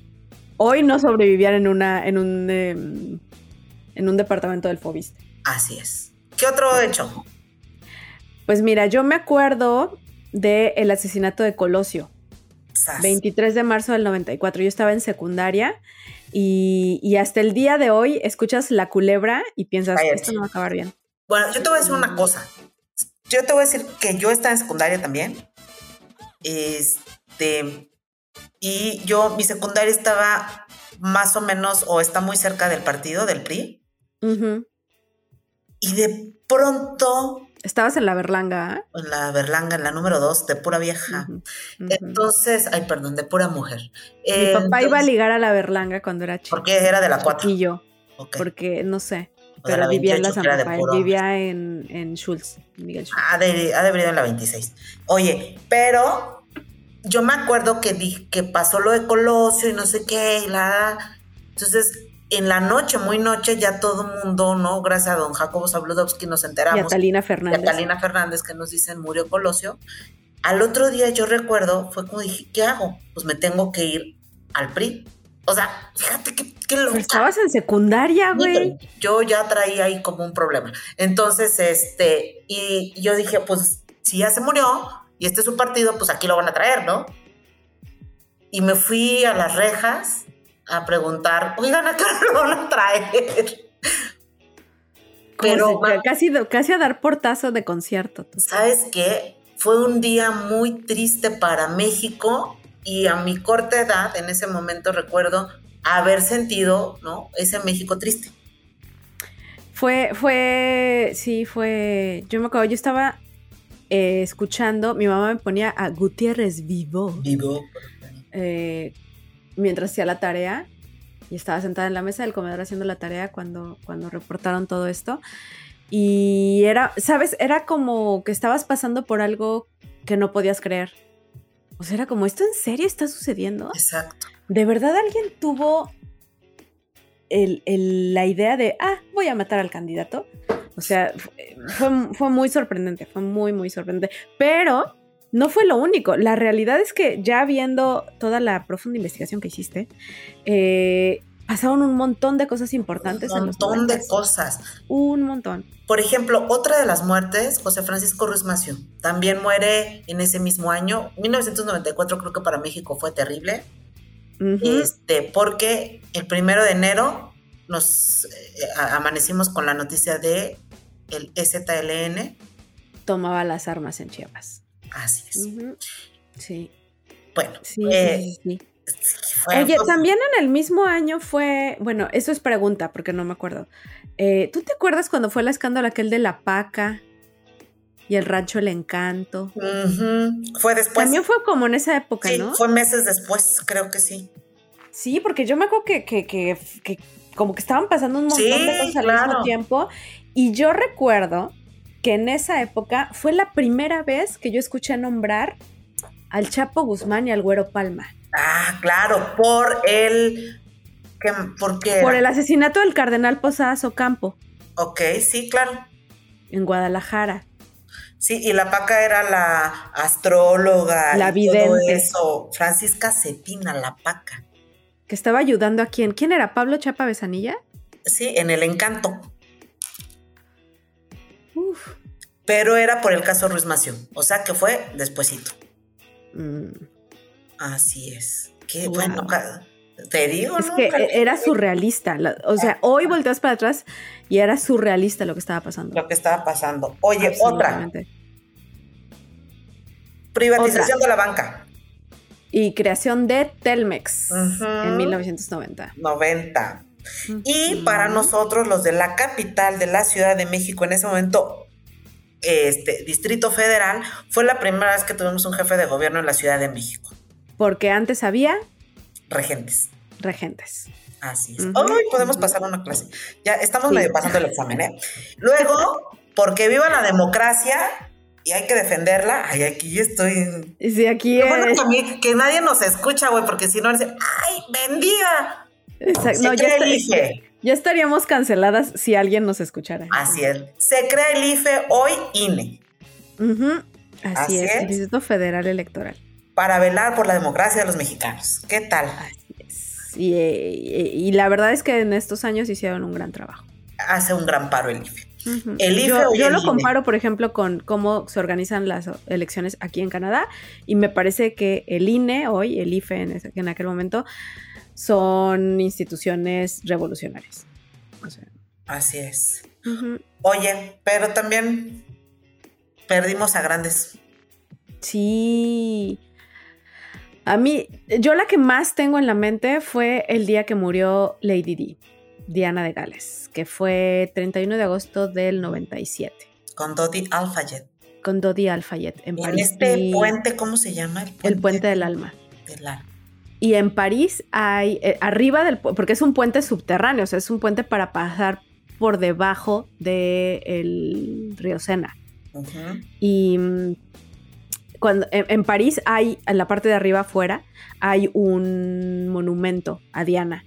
[SPEAKER 2] Hoy no sobrevivían en una, en un, eh, en un departamento del Fobiste.
[SPEAKER 3] Así es. ¿Qué otro hecho?
[SPEAKER 2] Pues mira, yo me acuerdo del el asesinato de Colosio,
[SPEAKER 3] Sas.
[SPEAKER 2] 23 de marzo del 94. Yo estaba en secundaria y, y hasta el día de hoy escuchas la culebra y piensas,
[SPEAKER 3] Cállate.
[SPEAKER 2] esto no va a acabar bien.
[SPEAKER 3] Bueno, yo te voy a decir una cosa. Yo te voy a decir que yo estaba en secundaria también. Este. Y yo, mi secundaria estaba más o menos, o está muy cerca del partido, del PRI.
[SPEAKER 2] Ujú.
[SPEAKER 3] Y de pronto,
[SPEAKER 2] Estabas en la Berlanga. ¿eh?
[SPEAKER 3] en la Berlanga, en la número 2, de pura vieja.
[SPEAKER 2] Ujú, ujú.
[SPEAKER 3] Entonces, ay, perdón, de pura mujer.
[SPEAKER 2] Mi
[SPEAKER 3] Eh,
[SPEAKER 2] papá iba a
[SPEAKER 3] entonces-
[SPEAKER 2] ligar a la Berlanga cuando era chico.
[SPEAKER 3] Porque era de la 4.
[SPEAKER 2] Y yo, porque no sé. Pero vivía en la San Rafael, vivía en, en Schultz, Miguel Schultz.
[SPEAKER 3] Ha de, ha de haber ido en la 26. Oye, pero yo me acuerdo que, di- que pasó lo de Colosio y no sé qué, y la. la. Entonces, en la noche, muy noche, ya todo el mundo, ¿no? Gracias a don Jacobo Zabludowski nos
[SPEAKER 2] Y
[SPEAKER 3] enteramos.
[SPEAKER 2] a Talina
[SPEAKER 3] y a
[SPEAKER 2] Fernández.
[SPEAKER 3] Talina Ah, Fernández, que nos dicen murió Colosio. Al otro día, yo recuerdo, fue como dije, ¿qué hago? Pues me tengo que ir al PRI. O sea, fíjate qué, qué
[SPEAKER 2] Pero
[SPEAKER 3] loca.
[SPEAKER 2] estabas en secundaria, güey.
[SPEAKER 3] Yo ya traía ahí como un problema. Entonces, este, y yo dije, pues si ya se murió y este es su partido, pues aquí lo van a traer, ¿no? Y me fui a las rejas a preguntar, oigan, ¿a qué hora lo van a traer?
[SPEAKER 2] Como
[SPEAKER 3] Pero,
[SPEAKER 2] se-
[SPEAKER 3] ma-
[SPEAKER 2] casi, casi a dar portazo de concierto. tú.
[SPEAKER 3] ¿Sabes qué? Fue un día muy triste para México y a mi corta edad, en ese momento recuerdo haber sentido, ¿no? Ese México triste.
[SPEAKER 2] Fue, fue, sí, fue. Yo me acuerdo, yo estaba eh, escuchando, mi mamá me ponía a Gutiérrez vivo.
[SPEAKER 3] Vivo.
[SPEAKER 2] eh, mientras hacía la tarea y estaba sentada en la mesa del comedor haciendo la tarea cuando, cuando reportaron todo esto. Y era, ¿sabes? Era como que estabas pasando por algo que no podías creer. O sea, era como, ¿esto en serio está sucediendo?
[SPEAKER 3] Exacto.
[SPEAKER 2] ¿De verdad alguien tuvo el- el- la idea de, ah, voy a matar al candidato? O sea, fu- fue, fue muy sorprendente, fue muy, muy sorprendente. Pero no fue lo único. La realidad es que ya viendo toda la profunda investigación que hiciste, eh, pasaron un montón de cosas importantes.
[SPEAKER 3] un
[SPEAKER 2] en
[SPEAKER 3] montón
[SPEAKER 2] los
[SPEAKER 3] de
[SPEAKER 2] noventas.
[SPEAKER 3] cosas.
[SPEAKER 2] Un montón.
[SPEAKER 3] Por ejemplo, otra de las muertes, José Francisco Ruiz Massieu, también muere en ese mismo año. 1994 creo que para México fue terrible,
[SPEAKER 2] Ujú.
[SPEAKER 3] este, porque el primero de enero nos eh, a- amanecimos con la noticia de el E EZLN
[SPEAKER 2] Tomaba las armas en Chiapas.
[SPEAKER 3] Así es.
[SPEAKER 2] Ujú. Sí.
[SPEAKER 3] Bueno,
[SPEAKER 2] Sí,
[SPEAKER 3] eh,
[SPEAKER 2] sí, sí, sí.
[SPEAKER 3] fue-
[SPEAKER 2] Oye,
[SPEAKER 3] fue-
[SPEAKER 2] también en el mismo año fue, bueno, eso es pregunta porque no me acuerdo. Eh, ¿Tú te acuerdas cuando fue el escándalo aquel de la paca y el rancho El Encanto?
[SPEAKER 3] Ujú, fue después.
[SPEAKER 2] también fue como en esa época,
[SPEAKER 3] Pues, sí,
[SPEAKER 2] ¿no?
[SPEAKER 3] fue meses después, creo que sí.
[SPEAKER 2] Sí, porque yo me acuerdo que, que, que- que como que estaban pasando un montón
[SPEAKER 3] Sí,
[SPEAKER 2] de cosas al mismo
[SPEAKER 3] claro.
[SPEAKER 2] tiempo. Y yo recuerdo que en esa época fue la primera vez que yo escuché nombrar al Chapo Guzmán y al Güero Palma.
[SPEAKER 3] Ah, claro, por el. que- ¿Por qué?
[SPEAKER 2] Por
[SPEAKER 3] era?
[SPEAKER 2] el asesinato del cardenal Posadas Ocampo
[SPEAKER 3] Ok, sí, claro.
[SPEAKER 2] en Guadalajara.
[SPEAKER 3] Sí, y la Paca era la astróloga.
[SPEAKER 2] La
[SPEAKER 3] y todo
[SPEAKER 2] vidente.
[SPEAKER 3] eso. Francisca Cetina, la Paca.
[SPEAKER 2] que estaba ayudando a quién. ¿Quién era? ¿Pablo Chapa Besanilla?
[SPEAKER 3] Sí, en el encanto.
[SPEAKER 2] Uf.
[SPEAKER 3] Pero era por el caso Ruiz Mació. O sea que fue despuesito.
[SPEAKER 2] Mm.
[SPEAKER 3] Así es. Qué
[SPEAKER 2] Wow.
[SPEAKER 3] bueno. ca- Te digo,
[SPEAKER 2] Es
[SPEAKER 3] ¿no?
[SPEAKER 2] que
[SPEAKER 3] Carmen?
[SPEAKER 2] era surrealista. la- O
[SPEAKER 3] Ah.
[SPEAKER 2] sea, hoy volteas para atrás y era surrealista lo que estaba pasando.
[SPEAKER 3] Lo que estaba pasando. Oye, otra.
[SPEAKER 2] Absolutamente.
[SPEAKER 3] Privatización de la banca.
[SPEAKER 2] Y creación de Telmex
[SPEAKER 3] Ujú.
[SPEAKER 2] en 1990.
[SPEAKER 3] 90. Y
[SPEAKER 2] Ujú.
[SPEAKER 3] para nosotros, los de la capital de la Ciudad de México en ese momento, este Distrito Federal, fue la primera vez que tuvimos un jefe de gobierno en la Ciudad de México.
[SPEAKER 2] Porque antes había
[SPEAKER 3] Regentes.
[SPEAKER 2] regentes.
[SPEAKER 3] Así es.
[SPEAKER 2] Ujú,
[SPEAKER 3] Hoy podemos
[SPEAKER 2] ujú.
[SPEAKER 3] pasar una clase. Ya estamos
[SPEAKER 2] Sí.
[SPEAKER 3] medio pasando el examen, ¿eh? Luego, porque viva la democracia y hay que defenderla. Ay, aquí yo estoy.
[SPEAKER 2] Y si aquí
[SPEAKER 3] Qué bueno
[SPEAKER 2] es-
[SPEAKER 3] que, a mí- que nadie nos escucha, güey, porque si no, dicen, ¡ay, bendiga!
[SPEAKER 2] Exacto,
[SPEAKER 3] Se
[SPEAKER 2] no, ya,
[SPEAKER 3] crea
[SPEAKER 2] esta-
[SPEAKER 3] el E. IFE.
[SPEAKER 2] ya estaríamos canceladas si alguien nos escuchara.
[SPEAKER 3] Así es. Se crea el IFE hoy E, INE
[SPEAKER 2] Ujú, Así,
[SPEAKER 3] Así
[SPEAKER 2] es.
[SPEAKER 3] es.
[SPEAKER 2] Instituto Federal Electoral.
[SPEAKER 3] para velar por la democracia de los mexicanos. ¿Qué tal?
[SPEAKER 2] Y, eh, y- y la verdad es que en estos años hicieron un gran trabajo.
[SPEAKER 3] Hace un gran paro el E. IFE.
[SPEAKER 2] Ujú.
[SPEAKER 3] El IFE
[SPEAKER 2] yo
[SPEAKER 3] o
[SPEAKER 2] yo
[SPEAKER 3] el
[SPEAKER 2] lo
[SPEAKER 3] INE.
[SPEAKER 2] comparo, por ejemplo, con cómo se organizan las elecciones aquí en Canadá y me parece que el INE hoy, el IFE en, ese- en aquel momento, son instituciones revolucionarias. O sea,
[SPEAKER 3] Así es.
[SPEAKER 2] ujú.
[SPEAKER 3] Oye, pero también perdimos a grandes.
[SPEAKER 2] Sí. A mí, yo la que más tengo en la mente fue el día que murió Lady Di, Diana de Gales, que fue 31 de agosto del 97.
[SPEAKER 3] Con Dodi Alfayet.
[SPEAKER 2] con Dodi Alfayet en
[SPEAKER 3] En
[SPEAKER 2] París.
[SPEAKER 3] este
[SPEAKER 2] y
[SPEAKER 3] puente, ¿cómo se llama? El puente,
[SPEAKER 2] El puente del alma.
[SPEAKER 3] del Alma.
[SPEAKER 2] Y en París hay, eh, arriba del, pu- porque es un puente subterráneo, o sea, es un puente para pasar por debajo del río Sena.
[SPEAKER 3] Ujú.
[SPEAKER 2] Y mm, cuando, en, en París hay, en la parte de arriba afuera, hay un monumento a Diana.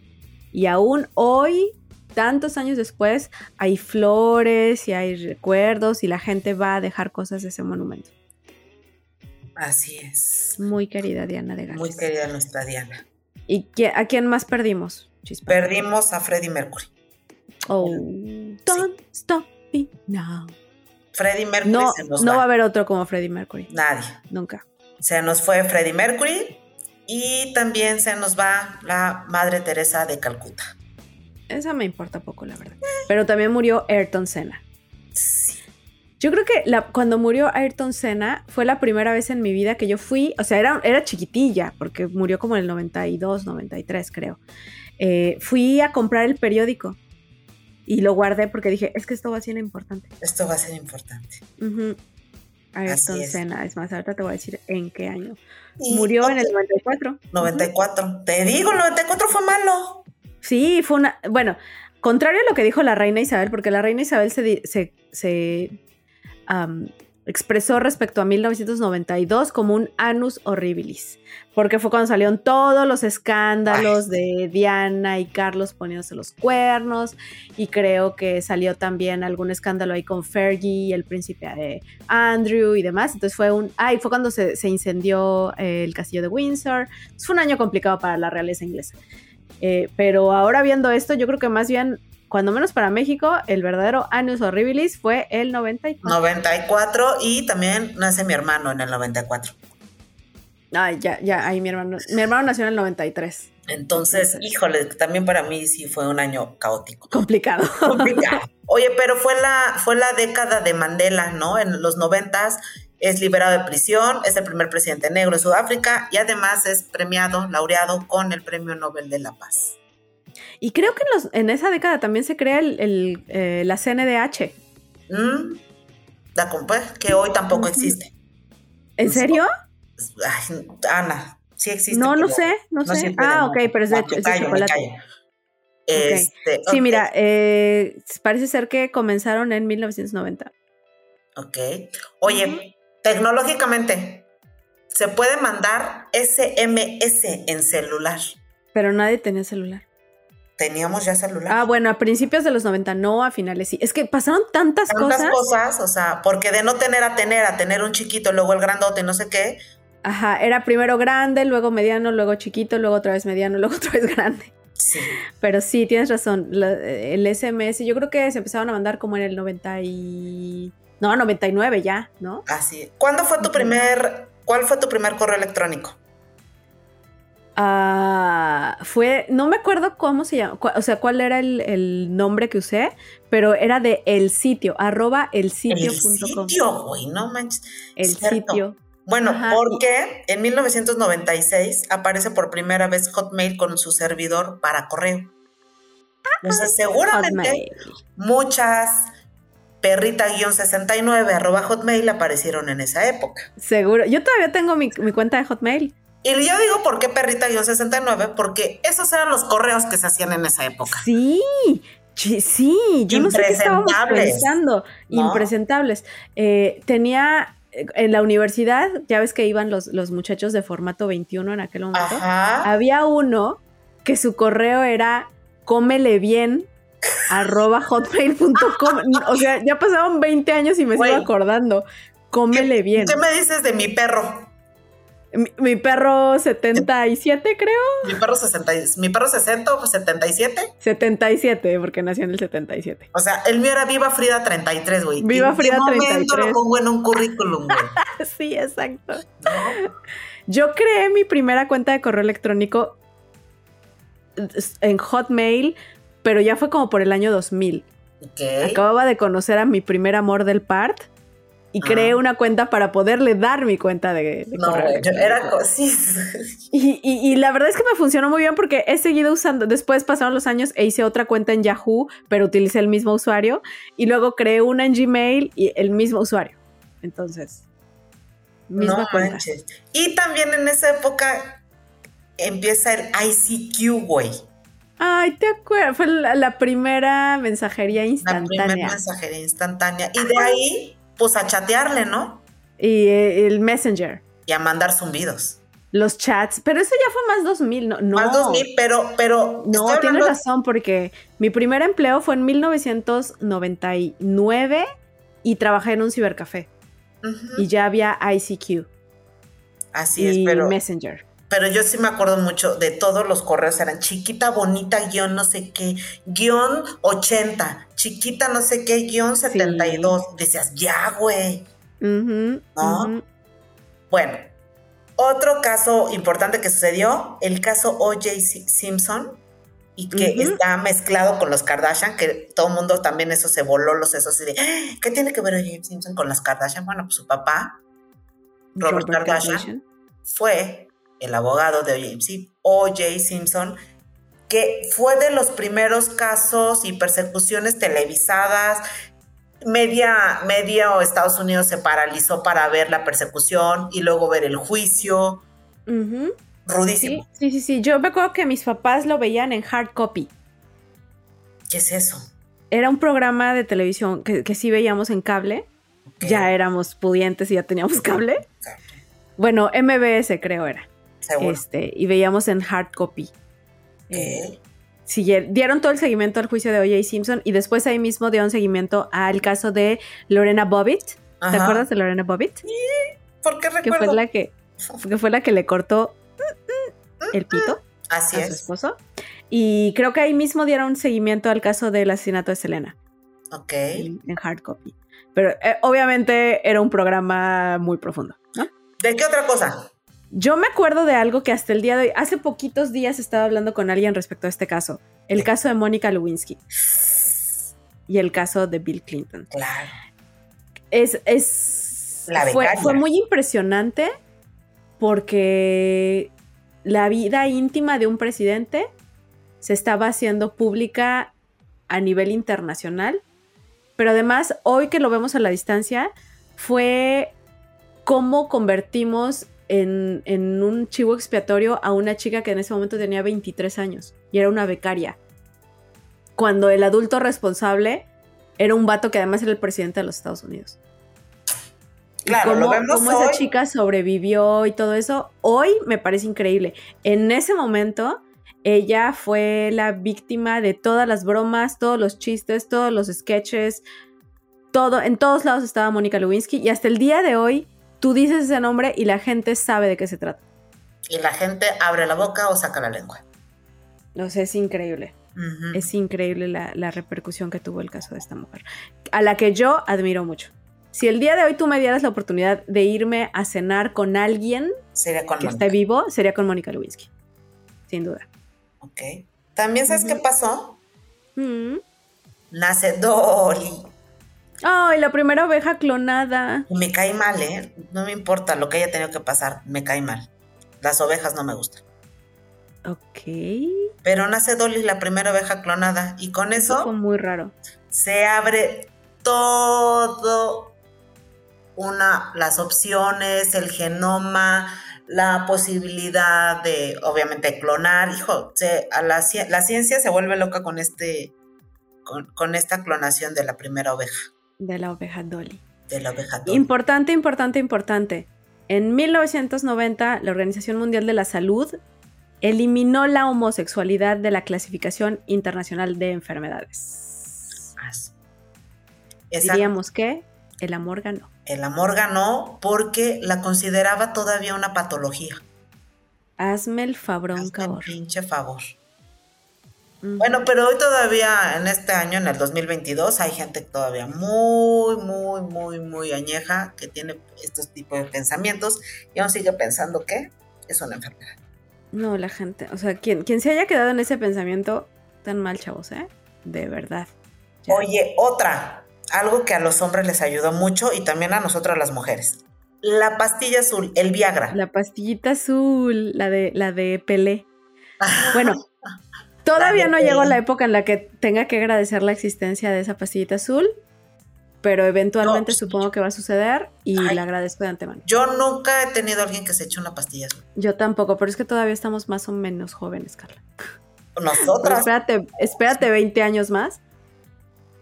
[SPEAKER 2] Y aún hoy, tantos años después, hay flores y hay recuerdos y la gente va a dejar cosas de ese monumento.
[SPEAKER 3] Así es.
[SPEAKER 2] Muy querida Diana de Gales.
[SPEAKER 3] Muy querida nuestra Diana.
[SPEAKER 2] ¿Y qui- a quién más perdimos? Chispa.
[SPEAKER 3] Perdimos a Freddie Mercury.
[SPEAKER 2] Oh. Don't stop me now.
[SPEAKER 3] Freddie Mercury
[SPEAKER 2] No,
[SPEAKER 3] se nos
[SPEAKER 2] no va a
[SPEAKER 3] va.
[SPEAKER 2] haber otro como Freddie Mercury.
[SPEAKER 3] Nadie.
[SPEAKER 2] Nunca.
[SPEAKER 3] Se nos fue Freddie Mercury y también se nos va la Madre Teresa de Calcuta.
[SPEAKER 2] Esa me importa poco, la verdad. Pero también murió Ayrton Senna.
[SPEAKER 3] Sí.
[SPEAKER 2] Yo creo que la- cuando murió Ayrton Senna fue la primera vez en mi vida que yo fui, o sea, era, era chiquitilla, porque murió como en el 92, 93 creo. Eh, fui a comprar el periódico y lo guardé porque dije, es que esto va a ser importante.
[SPEAKER 3] Esto va a ser importante.
[SPEAKER 2] Ujú. Ayrton
[SPEAKER 3] es.
[SPEAKER 2] Senna, es más, ahorita te voy a decir en qué año.
[SPEAKER 3] Y
[SPEAKER 2] Murió en el 94.
[SPEAKER 3] 94. Te digo, el 94 fue malo.
[SPEAKER 2] Ujú. Sí, fue una. Bueno, contrario a lo que dijo la reina Isabel, porque la reina Isabel se, di- se, se, am, expresó respecto a 1992 como un anus horribilis, porque fue cuando salieron todos los escándalos de Diana y Carlos poniéndose los cuernos, y creo que salió también algún escándalo ahí con Fergie y el príncipe de Andrew y demás. Entonces fue un. Ay, fue cuando se, se incendió eh, el castillo de Windsor. Fue un año complicado para la realeza inglesa. Eh, pero ahora viendo esto, yo creo que más bien, cuando menos para México, el verdadero Anus Horribilis fue el 94.
[SPEAKER 3] 94 y también nace mi hermano en el 94.
[SPEAKER 2] Ay, ya, ya, ahí mi hermano. Mi hermano nació en el 93.
[SPEAKER 3] Entonces, híjole, también para mí sí fue un año caótico.
[SPEAKER 2] Complicado.
[SPEAKER 3] Complicado. Oye, pero fue la, fue la década de Mandela, ¿no? En los 90 es liberado de prisión, es el primer presidente negro de Sudáfrica y además es premiado, laureado con el Premio Nobel de la Paz.
[SPEAKER 2] Y creo que en, los, en esa década también se crea el, el, eh, la CNDH.
[SPEAKER 3] Mm, la compa, que hoy tampoco existe.
[SPEAKER 2] ¿En serio?
[SPEAKER 3] Ay, Ana, sí existe.
[SPEAKER 2] No, no
[SPEAKER 3] pero
[SPEAKER 2] sé, no,
[SPEAKER 3] no
[SPEAKER 2] sé.
[SPEAKER 3] siempre
[SPEAKER 2] Ah,
[SPEAKER 3] de
[SPEAKER 2] ok, pero es de,
[SPEAKER 3] Ah,
[SPEAKER 2] es de
[SPEAKER 3] me callo, me
[SPEAKER 2] chocolate.
[SPEAKER 3] callo.
[SPEAKER 2] Ok.
[SPEAKER 3] Este,
[SPEAKER 2] Sí,
[SPEAKER 3] ok,
[SPEAKER 2] mira, eh, parece ser que comenzaron en 1990.
[SPEAKER 3] Ok. Oye, tecnológicamente se puede mandar SMS en celular.
[SPEAKER 2] Pero nadie tenía celular.
[SPEAKER 3] Teníamos ya celular.
[SPEAKER 2] Ah, bueno, a principios de los 90, no, a finales sí. Es que pasaron tantas,
[SPEAKER 3] Tantas
[SPEAKER 2] cosas.
[SPEAKER 3] cosas? o sea, porque de no tener a tener, a tener un chiquito, luego el grandote, no sé qué,
[SPEAKER 2] Ajá, era primero grande, luego mediano, luego chiquito, luego otra vez mediano, luego otra vez grande.
[SPEAKER 3] sí,
[SPEAKER 2] Pero sí, tienes razón. la- el SMS, yo creo que se empezaron a mandar como en el 90 y... No, 99 ya, ¿no?
[SPEAKER 3] así. ¿Cuándo fue tu
[SPEAKER 2] Ujú.
[SPEAKER 3] primer, cuál fue tu primer correo electrónico?
[SPEAKER 2] Ah, fue, no me acuerdo cómo se llama, cua- o sea, cuál era el, el nombre que usé, pero era de el sitio, arroba el
[SPEAKER 3] El
[SPEAKER 2] sitio.com.
[SPEAKER 3] sitio, güey, no manches.
[SPEAKER 2] El
[SPEAKER 3] cierto.
[SPEAKER 2] sitio.
[SPEAKER 3] Bueno,
[SPEAKER 2] Ajá,
[SPEAKER 3] porque en 1996 aparece por primera vez Hotmail con su servidor para correo. Entonces, seguramente
[SPEAKER 2] Hotmail.
[SPEAKER 3] muchas perrita-69 arroba hotmail aparecieron en esa época.
[SPEAKER 2] Seguro. Yo todavía tengo mi, mi cuenta de Hotmail.
[SPEAKER 3] Y yo digo por qué perrita-69, porque esos eran los correos que se hacían en esa época.
[SPEAKER 2] Sí, chi- sí, yo no sé qué estábamos
[SPEAKER 3] Impresentables,
[SPEAKER 2] pensando.
[SPEAKER 3] ¿no?
[SPEAKER 2] Impresentables. Eh, tenía eh, en la universidad, ya ves que iban los, los muchachos de formato 21 en aquel momento.
[SPEAKER 3] Ajá.
[SPEAKER 2] Había uno que su correo era cómele bien arroba hotmail.com. O sea, ya pasaban 20 años y me sigo
[SPEAKER 3] Güey.
[SPEAKER 2] acordando. Cómele bien.
[SPEAKER 3] ¿Qué me dices de mi perro?
[SPEAKER 2] Mi, mi perro 77, creo.
[SPEAKER 3] Mi perro 60, y- mi perro pues, 60 o 77.
[SPEAKER 2] 77, porque nació en el 77.
[SPEAKER 3] O sea, el mío era Viva Frida 33, güey.
[SPEAKER 2] Viva
[SPEAKER 3] ¿En qué
[SPEAKER 2] Frida
[SPEAKER 3] momento
[SPEAKER 2] 33?
[SPEAKER 3] lo pongo en un currículum, güey?
[SPEAKER 2] Sí, exacto.
[SPEAKER 3] ¿No?
[SPEAKER 2] Yo creé mi primera cuenta de correo electrónico en Hotmail, pero ya fue como por el año 2000.
[SPEAKER 3] Ok.
[SPEAKER 2] Acababa de conocer a mi primer amor del part y
[SPEAKER 3] Ah.
[SPEAKER 2] creé una cuenta para poderle dar mi cuenta de, de
[SPEAKER 3] No,
[SPEAKER 2] correo
[SPEAKER 3] güey, yo
[SPEAKER 2] electrónico.
[SPEAKER 3] era co- sí.
[SPEAKER 2] Y, y- y la verdad es que me funcionó muy bien porque he seguido usando, después pasaron los años e hice otra cuenta en Yahoo, pero utilicé el mismo usuario y luego creé una en Gmail y el mismo usuario. Entonces, misma
[SPEAKER 3] No
[SPEAKER 2] cuenta.
[SPEAKER 3] manches. Y también en esa época empieza el ICQ, güey.
[SPEAKER 2] Ay, te acuerdas, fue la, la primera mensajería
[SPEAKER 3] La primera
[SPEAKER 2] instantánea
[SPEAKER 3] mensajería instantánea. Y de ahí, pues a chatearle, ¿no?
[SPEAKER 2] y eh, el Messenger,
[SPEAKER 3] Y a mandar zumbidos. los
[SPEAKER 2] los chats, pero eso ya fue más 2000, no, no.
[SPEAKER 3] Más 2000, pero,
[SPEAKER 2] No,
[SPEAKER 3] pero. estoy
[SPEAKER 2] tienes
[SPEAKER 3] hablando-
[SPEAKER 2] razón, porque mi primer empleo fue en 1999 y trabajé en un cibercafé
[SPEAKER 3] Ujú,
[SPEAKER 2] y ya había ICQ
[SPEAKER 3] Así es,
[SPEAKER 2] y
[SPEAKER 3] pero,
[SPEAKER 2] Messenger.
[SPEAKER 3] pero yo sí me acuerdo mucho de todos los correos. Eran chiquita, bonita, guión no sé qué, guión 80, chiquita no sé qué, guión 72. Decías, ya, güey.
[SPEAKER 2] Ujú,
[SPEAKER 3] ¿No?
[SPEAKER 2] ujú.
[SPEAKER 3] Bueno, otro caso importante que sucedió, el caso O.J. Si- Simpson, y que
[SPEAKER 2] Ujú.
[SPEAKER 3] está mezclado con los Kardashian, que todo el mundo también eso se voló los sesos y de, "Ah, ¿qué tiene que ver O.J. Simpson con las Kardashian? Bueno, pues su papá Robert Kardashian. fue el abogado de O.J. Sim- O.J. Simpson, que fue de los primeros casos y persecuciones televisadas. Media, media o Estados Unidos se paralizó para ver la persecución y luego ver el juicio.
[SPEAKER 2] Ujú, Sí,
[SPEAKER 3] Rudísimo.
[SPEAKER 2] sí, sí, sí. Yo me acuerdo que mis papás lo veían en hard copy.
[SPEAKER 3] ¿Qué es eso?
[SPEAKER 2] Era un programa de televisión que, que sí veíamos en cable.
[SPEAKER 3] ¿Qué?
[SPEAKER 2] Ya éramos pudientes y ya teníamos cable.
[SPEAKER 3] Ah.
[SPEAKER 2] Bueno, MBS creo era.
[SPEAKER 3] Seguro.
[SPEAKER 2] Este, y veíamos en hard copy. Eh,
[SPEAKER 3] ¿Qué?
[SPEAKER 2] sigue- dieron todo el seguimiento al juicio de O.J. Simpson y después ahí mismo dieron seguimiento al caso de Lorena Bobbitt. ¿Te
[SPEAKER 3] Ajá.
[SPEAKER 2] acuerdas de Lorena Bobbitt?
[SPEAKER 3] ¿Por qué
[SPEAKER 2] Que fue
[SPEAKER 3] recuerdo?
[SPEAKER 2] la que, que fue la que le cortó el
[SPEAKER 3] Mm,
[SPEAKER 2] pito
[SPEAKER 3] Así
[SPEAKER 2] a su
[SPEAKER 3] es.
[SPEAKER 2] esposo. Y creo que ahí mismo dieron seguimiento al caso del asesinato de Selena
[SPEAKER 3] Ok.
[SPEAKER 2] en, en hard copy. Pero eh, obviamente era un programa muy profundo, ¿no?
[SPEAKER 3] ¿De qué otra cosa?
[SPEAKER 2] Yo me acuerdo de algo que hasta el día de hoy, hace poquitos días estaba hablando con alguien respecto a este caso, el caso de Mónica Lewinsky y el caso de Bill Clinton.
[SPEAKER 3] Claro.
[SPEAKER 2] Es, es
[SPEAKER 3] La
[SPEAKER 2] fue,
[SPEAKER 3] becaria.
[SPEAKER 2] fue muy impresionante porque la vida íntima de un presidente se estaba haciendo pública a nivel internacional, pero además hoy que lo vemos a la distancia fue cómo convertimos en, en un chivo expiatorio a una chica que en ese momento tenía 23 años y era una becaria, cuando el adulto responsable era un vato que además era el presidente de los Estados Unidos. Y
[SPEAKER 3] Claro,
[SPEAKER 2] cómo,
[SPEAKER 3] lo vemos
[SPEAKER 2] cómo esa
[SPEAKER 3] hoy.
[SPEAKER 2] chica sobrevivió y todo eso, hoy me parece increíble. En ese momento, ella fue la víctima de todas las bromas, todos los chistes, todos los sketches, todo, en todos lados estaba Mónica Lewinsky y hasta el día de hoy tú dices ese nombre y la gente sabe de qué se trata.
[SPEAKER 3] Y la gente abre la boca o saca la lengua.
[SPEAKER 2] No sé, es increíble.
[SPEAKER 3] Ujú.
[SPEAKER 2] Es increíble la, la repercusión que tuvo el caso de esta mujer, a la que yo admiro mucho. Si el día de hoy tú me dieras la oportunidad de irme a cenar con alguien
[SPEAKER 3] Sería con
[SPEAKER 2] que
[SPEAKER 3] Mónica.
[SPEAKER 2] esté vivo, sería con Mónica Lewinsky. Sin duda.
[SPEAKER 3] Ok. También, ¿sabes
[SPEAKER 2] Ujú.
[SPEAKER 3] qué pasó?
[SPEAKER 2] Mm.
[SPEAKER 3] Nace Dolly.
[SPEAKER 2] Ay, la primera oveja clonada.
[SPEAKER 3] Y Me cae mal, ¿eh? No me importa lo que haya tenido que pasar, me cae mal. Las ovejas no me gustan.
[SPEAKER 2] Ok.
[SPEAKER 3] Pero nace Dolly, la primera oveja clonada, y con
[SPEAKER 2] Eso fue
[SPEAKER 3] eso
[SPEAKER 2] muy raro.
[SPEAKER 3] se abre todo una, las opciones, el genoma, la posibilidad de, obviamente, clonar. Hijo, se- a la, ci- la ciencia se vuelve loca con este, con, con esta clonación de la primera oveja,
[SPEAKER 2] De la oveja Dolly.
[SPEAKER 3] de la oveja Dolly.
[SPEAKER 2] Importante, importante, importante. En 1990, la Organización Mundial de la Salud eliminó la homosexualidad de la clasificación internacional de enfermedades.
[SPEAKER 3] Así. Esa-
[SPEAKER 2] Diríamos que el amor ganó.
[SPEAKER 3] El amor ganó porque la consideraba todavía una patología.
[SPEAKER 2] Hazme el fabrón,
[SPEAKER 3] Hazme
[SPEAKER 2] cabor.
[SPEAKER 3] Pinche favor.
[SPEAKER 2] Ujú.
[SPEAKER 3] Bueno, pero hoy todavía, en este año, en el 2022, hay gente todavía muy, muy, muy, muy añeja que tiene estos tipos de pensamientos y aún sigue pensando que es una enfermedad.
[SPEAKER 2] No, la gente. O sea, quien, quien se haya quedado en ese pensamiento tan mal, chavos, ¿eh? De verdad. Ya.
[SPEAKER 3] Oye, otra, algo que a los hombres les ayudó mucho y también a nosotras las mujeres. La pastilla azul, el Viagra.
[SPEAKER 2] La pastillita azul, la de, la de Pelé. Bueno, todavía
[SPEAKER 3] La de
[SPEAKER 2] no llegó
[SPEAKER 3] Pelé.
[SPEAKER 2] la época en la que tenga que agradecer la existencia de esa pastillita azul, pero eventualmente
[SPEAKER 3] No, sí.
[SPEAKER 2] supongo que va a suceder y
[SPEAKER 3] Ay.
[SPEAKER 2] la agradezco de antemano.
[SPEAKER 3] Yo nunca he tenido a alguien que se eche una pastilla azul.
[SPEAKER 2] Yo tampoco, pero es que todavía estamos más o menos jóvenes, Carla. Pero
[SPEAKER 3] Nosotras.
[SPEAKER 2] espérate, espérate 20 años más.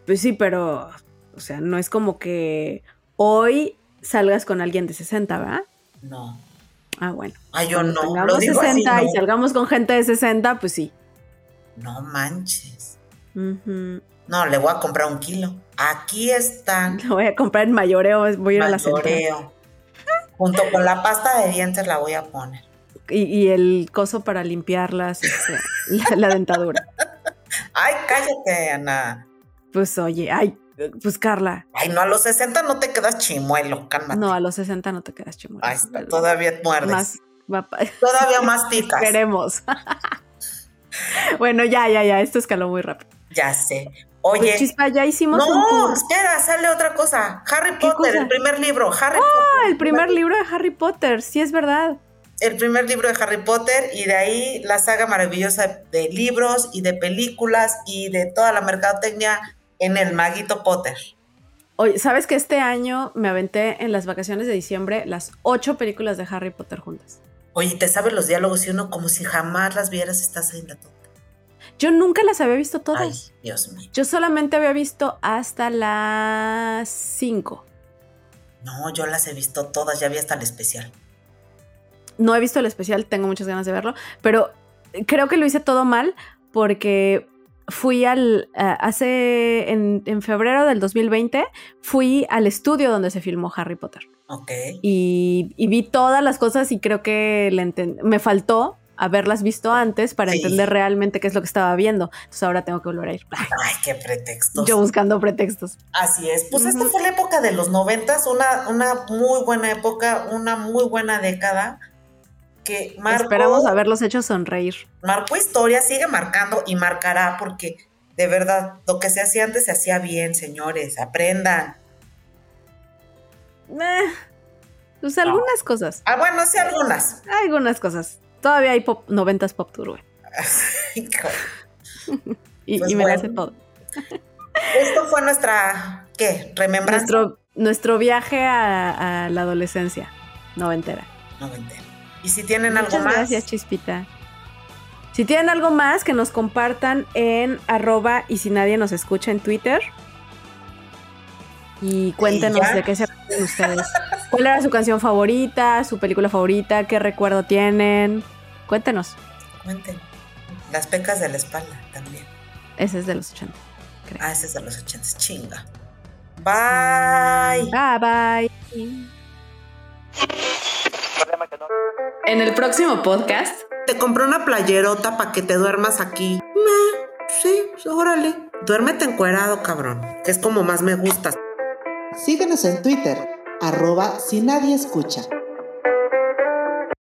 [SPEAKER 2] Pues sí, pero, o sea, no es como que hoy salgas con alguien de 60, ¿verdad?
[SPEAKER 3] No.
[SPEAKER 2] Ah, bueno.
[SPEAKER 3] Ay, yo
[SPEAKER 2] Cuando
[SPEAKER 3] no. Lo
[SPEAKER 2] tengamos
[SPEAKER 3] digo así,
[SPEAKER 2] 60 y
[SPEAKER 3] no.
[SPEAKER 2] salgamos con gente de 60, pues sí.
[SPEAKER 3] No manches.
[SPEAKER 2] Ujú.
[SPEAKER 3] No, le voy a comprar un kilo. Aquí están.
[SPEAKER 2] La voy a comprar en mayoreo, es- voy a ir a la central.
[SPEAKER 3] Mayoreo. Junto con la pasta de dientes la voy a poner.
[SPEAKER 2] Y, y el coso para limpiar las, este, la, la dentadura.
[SPEAKER 3] Ay, cállate, Ana.
[SPEAKER 2] Pues oye, ay, pues Carla,
[SPEAKER 3] Ay, no, a los 60 no te quedas chimuelo, cálmate.
[SPEAKER 2] no, a los 60 no te quedas chimura.
[SPEAKER 3] Ahí está, todavía muerdes.
[SPEAKER 2] Más, va pa-
[SPEAKER 3] Todavía masticas.
[SPEAKER 2] queremos. bueno, ya, ya, ya, esto escaló muy rápido.
[SPEAKER 3] Ya sé.
[SPEAKER 2] Pues,
[SPEAKER 3] Oye,
[SPEAKER 2] chispa, ya hicimos un
[SPEAKER 3] no,
[SPEAKER 2] tour.
[SPEAKER 3] espera, sale otra cosa. Harry
[SPEAKER 2] ¿Qué
[SPEAKER 3] Potter,
[SPEAKER 2] cosa?
[SPEAKER 3] el primer libro. Harry
[SPEAKER 2] Ah,
[SPEAKER 3] Potter.
[SPEAKER 2] el primer libro de Harry Potter, sí es verdad.
[SPEAKER 3] el primer libro de Harry Potter y de ahí la saga maravillosa de libros y de películas y de toda la mercadotecnia en el maguito Potter.
[SPEAKER 2] Oye, ¿sabes que este año me aventé en las vacaciones de diciembre las ocho películas de Harry Potter juntas?
[SPEAKER 3] Oye, te sabes los diálogos y uno como si jamás las vieras estás en la tonta.
[SPEAKER 2] Yo nunca las había visto todas.
[SPEAKER 3] Ay, Dios mío.
[SPEAKER 2] Yo solamente había visto hasta las 5.
[SPEAKER 3] No, yo las he visto todas, ya vi hasta el especial.
[SPEAKER 2] No he visto el especial, tengo muchas ganas de verlo, pero creo que lo hice todo mal porque fui al... a- hace... En, en febrero del 2020 fui al estudio donde se filmó Harry Potter
[SPEAKER 3] Ok.
[SPEAKER 2] y, y vi todas las cosas y creo que le enten- me faltó haberlas visto antes para
[SPEAKER 3] Sí.
[SPEAKER 2] entender realmente qué es lo que estaba viendo. Entonces ahora tengo que volver a ir.
[SPEAKER 3] Ay, qué pretextos.
[SPEAKER 2] Yo buscando pretextos.
[SPEAKER 3] Así es. Pues esta
[SPEAKER 2] Ujú.
[SPEAKER 3] fue la época de los noventas, una, una muy buena época, una muy buena década que marcó...
[SPEAKER 2] Esperamos haberlos hecho sonreír.
[SPEAKER 3] marcó historia, sigue marcando y marcará porque de verdad lo que se hacía antes se hacía bien, señores, aprendan.
[SPEAKER 2] Eh, Pues algunas cosas.
[SPEAKER 3] Ah, bueno, sí, algunas.
[SPEAKER 2] Algunas cosas. Todavía hay pop, 90s pop tour, güey.
[SPEAKER 3] Híjole.
[SPEAKER 2] Y,
[SPEAKER 3] Pues
[SPEAKER 2] y me la
[SPEAKER 3] bueno.
[SPEAKER 2] sé todo.
[SPEAKER 3] Esto fue nuestra, ¿qué? Remembranza.
[SPEAKER 2] Nuestro, nuestro viaje a, a la adolescencia noventera.
[SPEAKER 3] Noventera. Y si tienen algo
[SPEAKER 2] Muchas
[SPEAKER 3] más,
[SPEAKER 2] gracias, Chispita. Si tienen algo más, que nos compartan en arroba y si nadie nos escucha en Twitter. Y cuéntenos
[SPEAKER 3] ya.
[SPEAKER 2] de qué se acuerdan ustedes. ¿Cuál era su canción favorita? ¿Su película favorita? ¿Qué recuerdo tienen? Cuéntenos.
[SPEAKER 3] cuenten. Las pecas de la espalda también.
[SPEAKER 2] Ese es de los 80.
[SPEAKER 3] Ah, ese es de los ochentas. Chinga. Bye.
[SPEAKER 2] Bye bye. En el próximo podcast.
[SPEAKER 3] Te compré una playerota para que te duermas aquí. Meh, sí, pues, órale. Duérmete encuerado, cabrón. Que es como más me gustas.
[SPEAKER 1] Síguenos en Twitter, arroba si nadie escucha.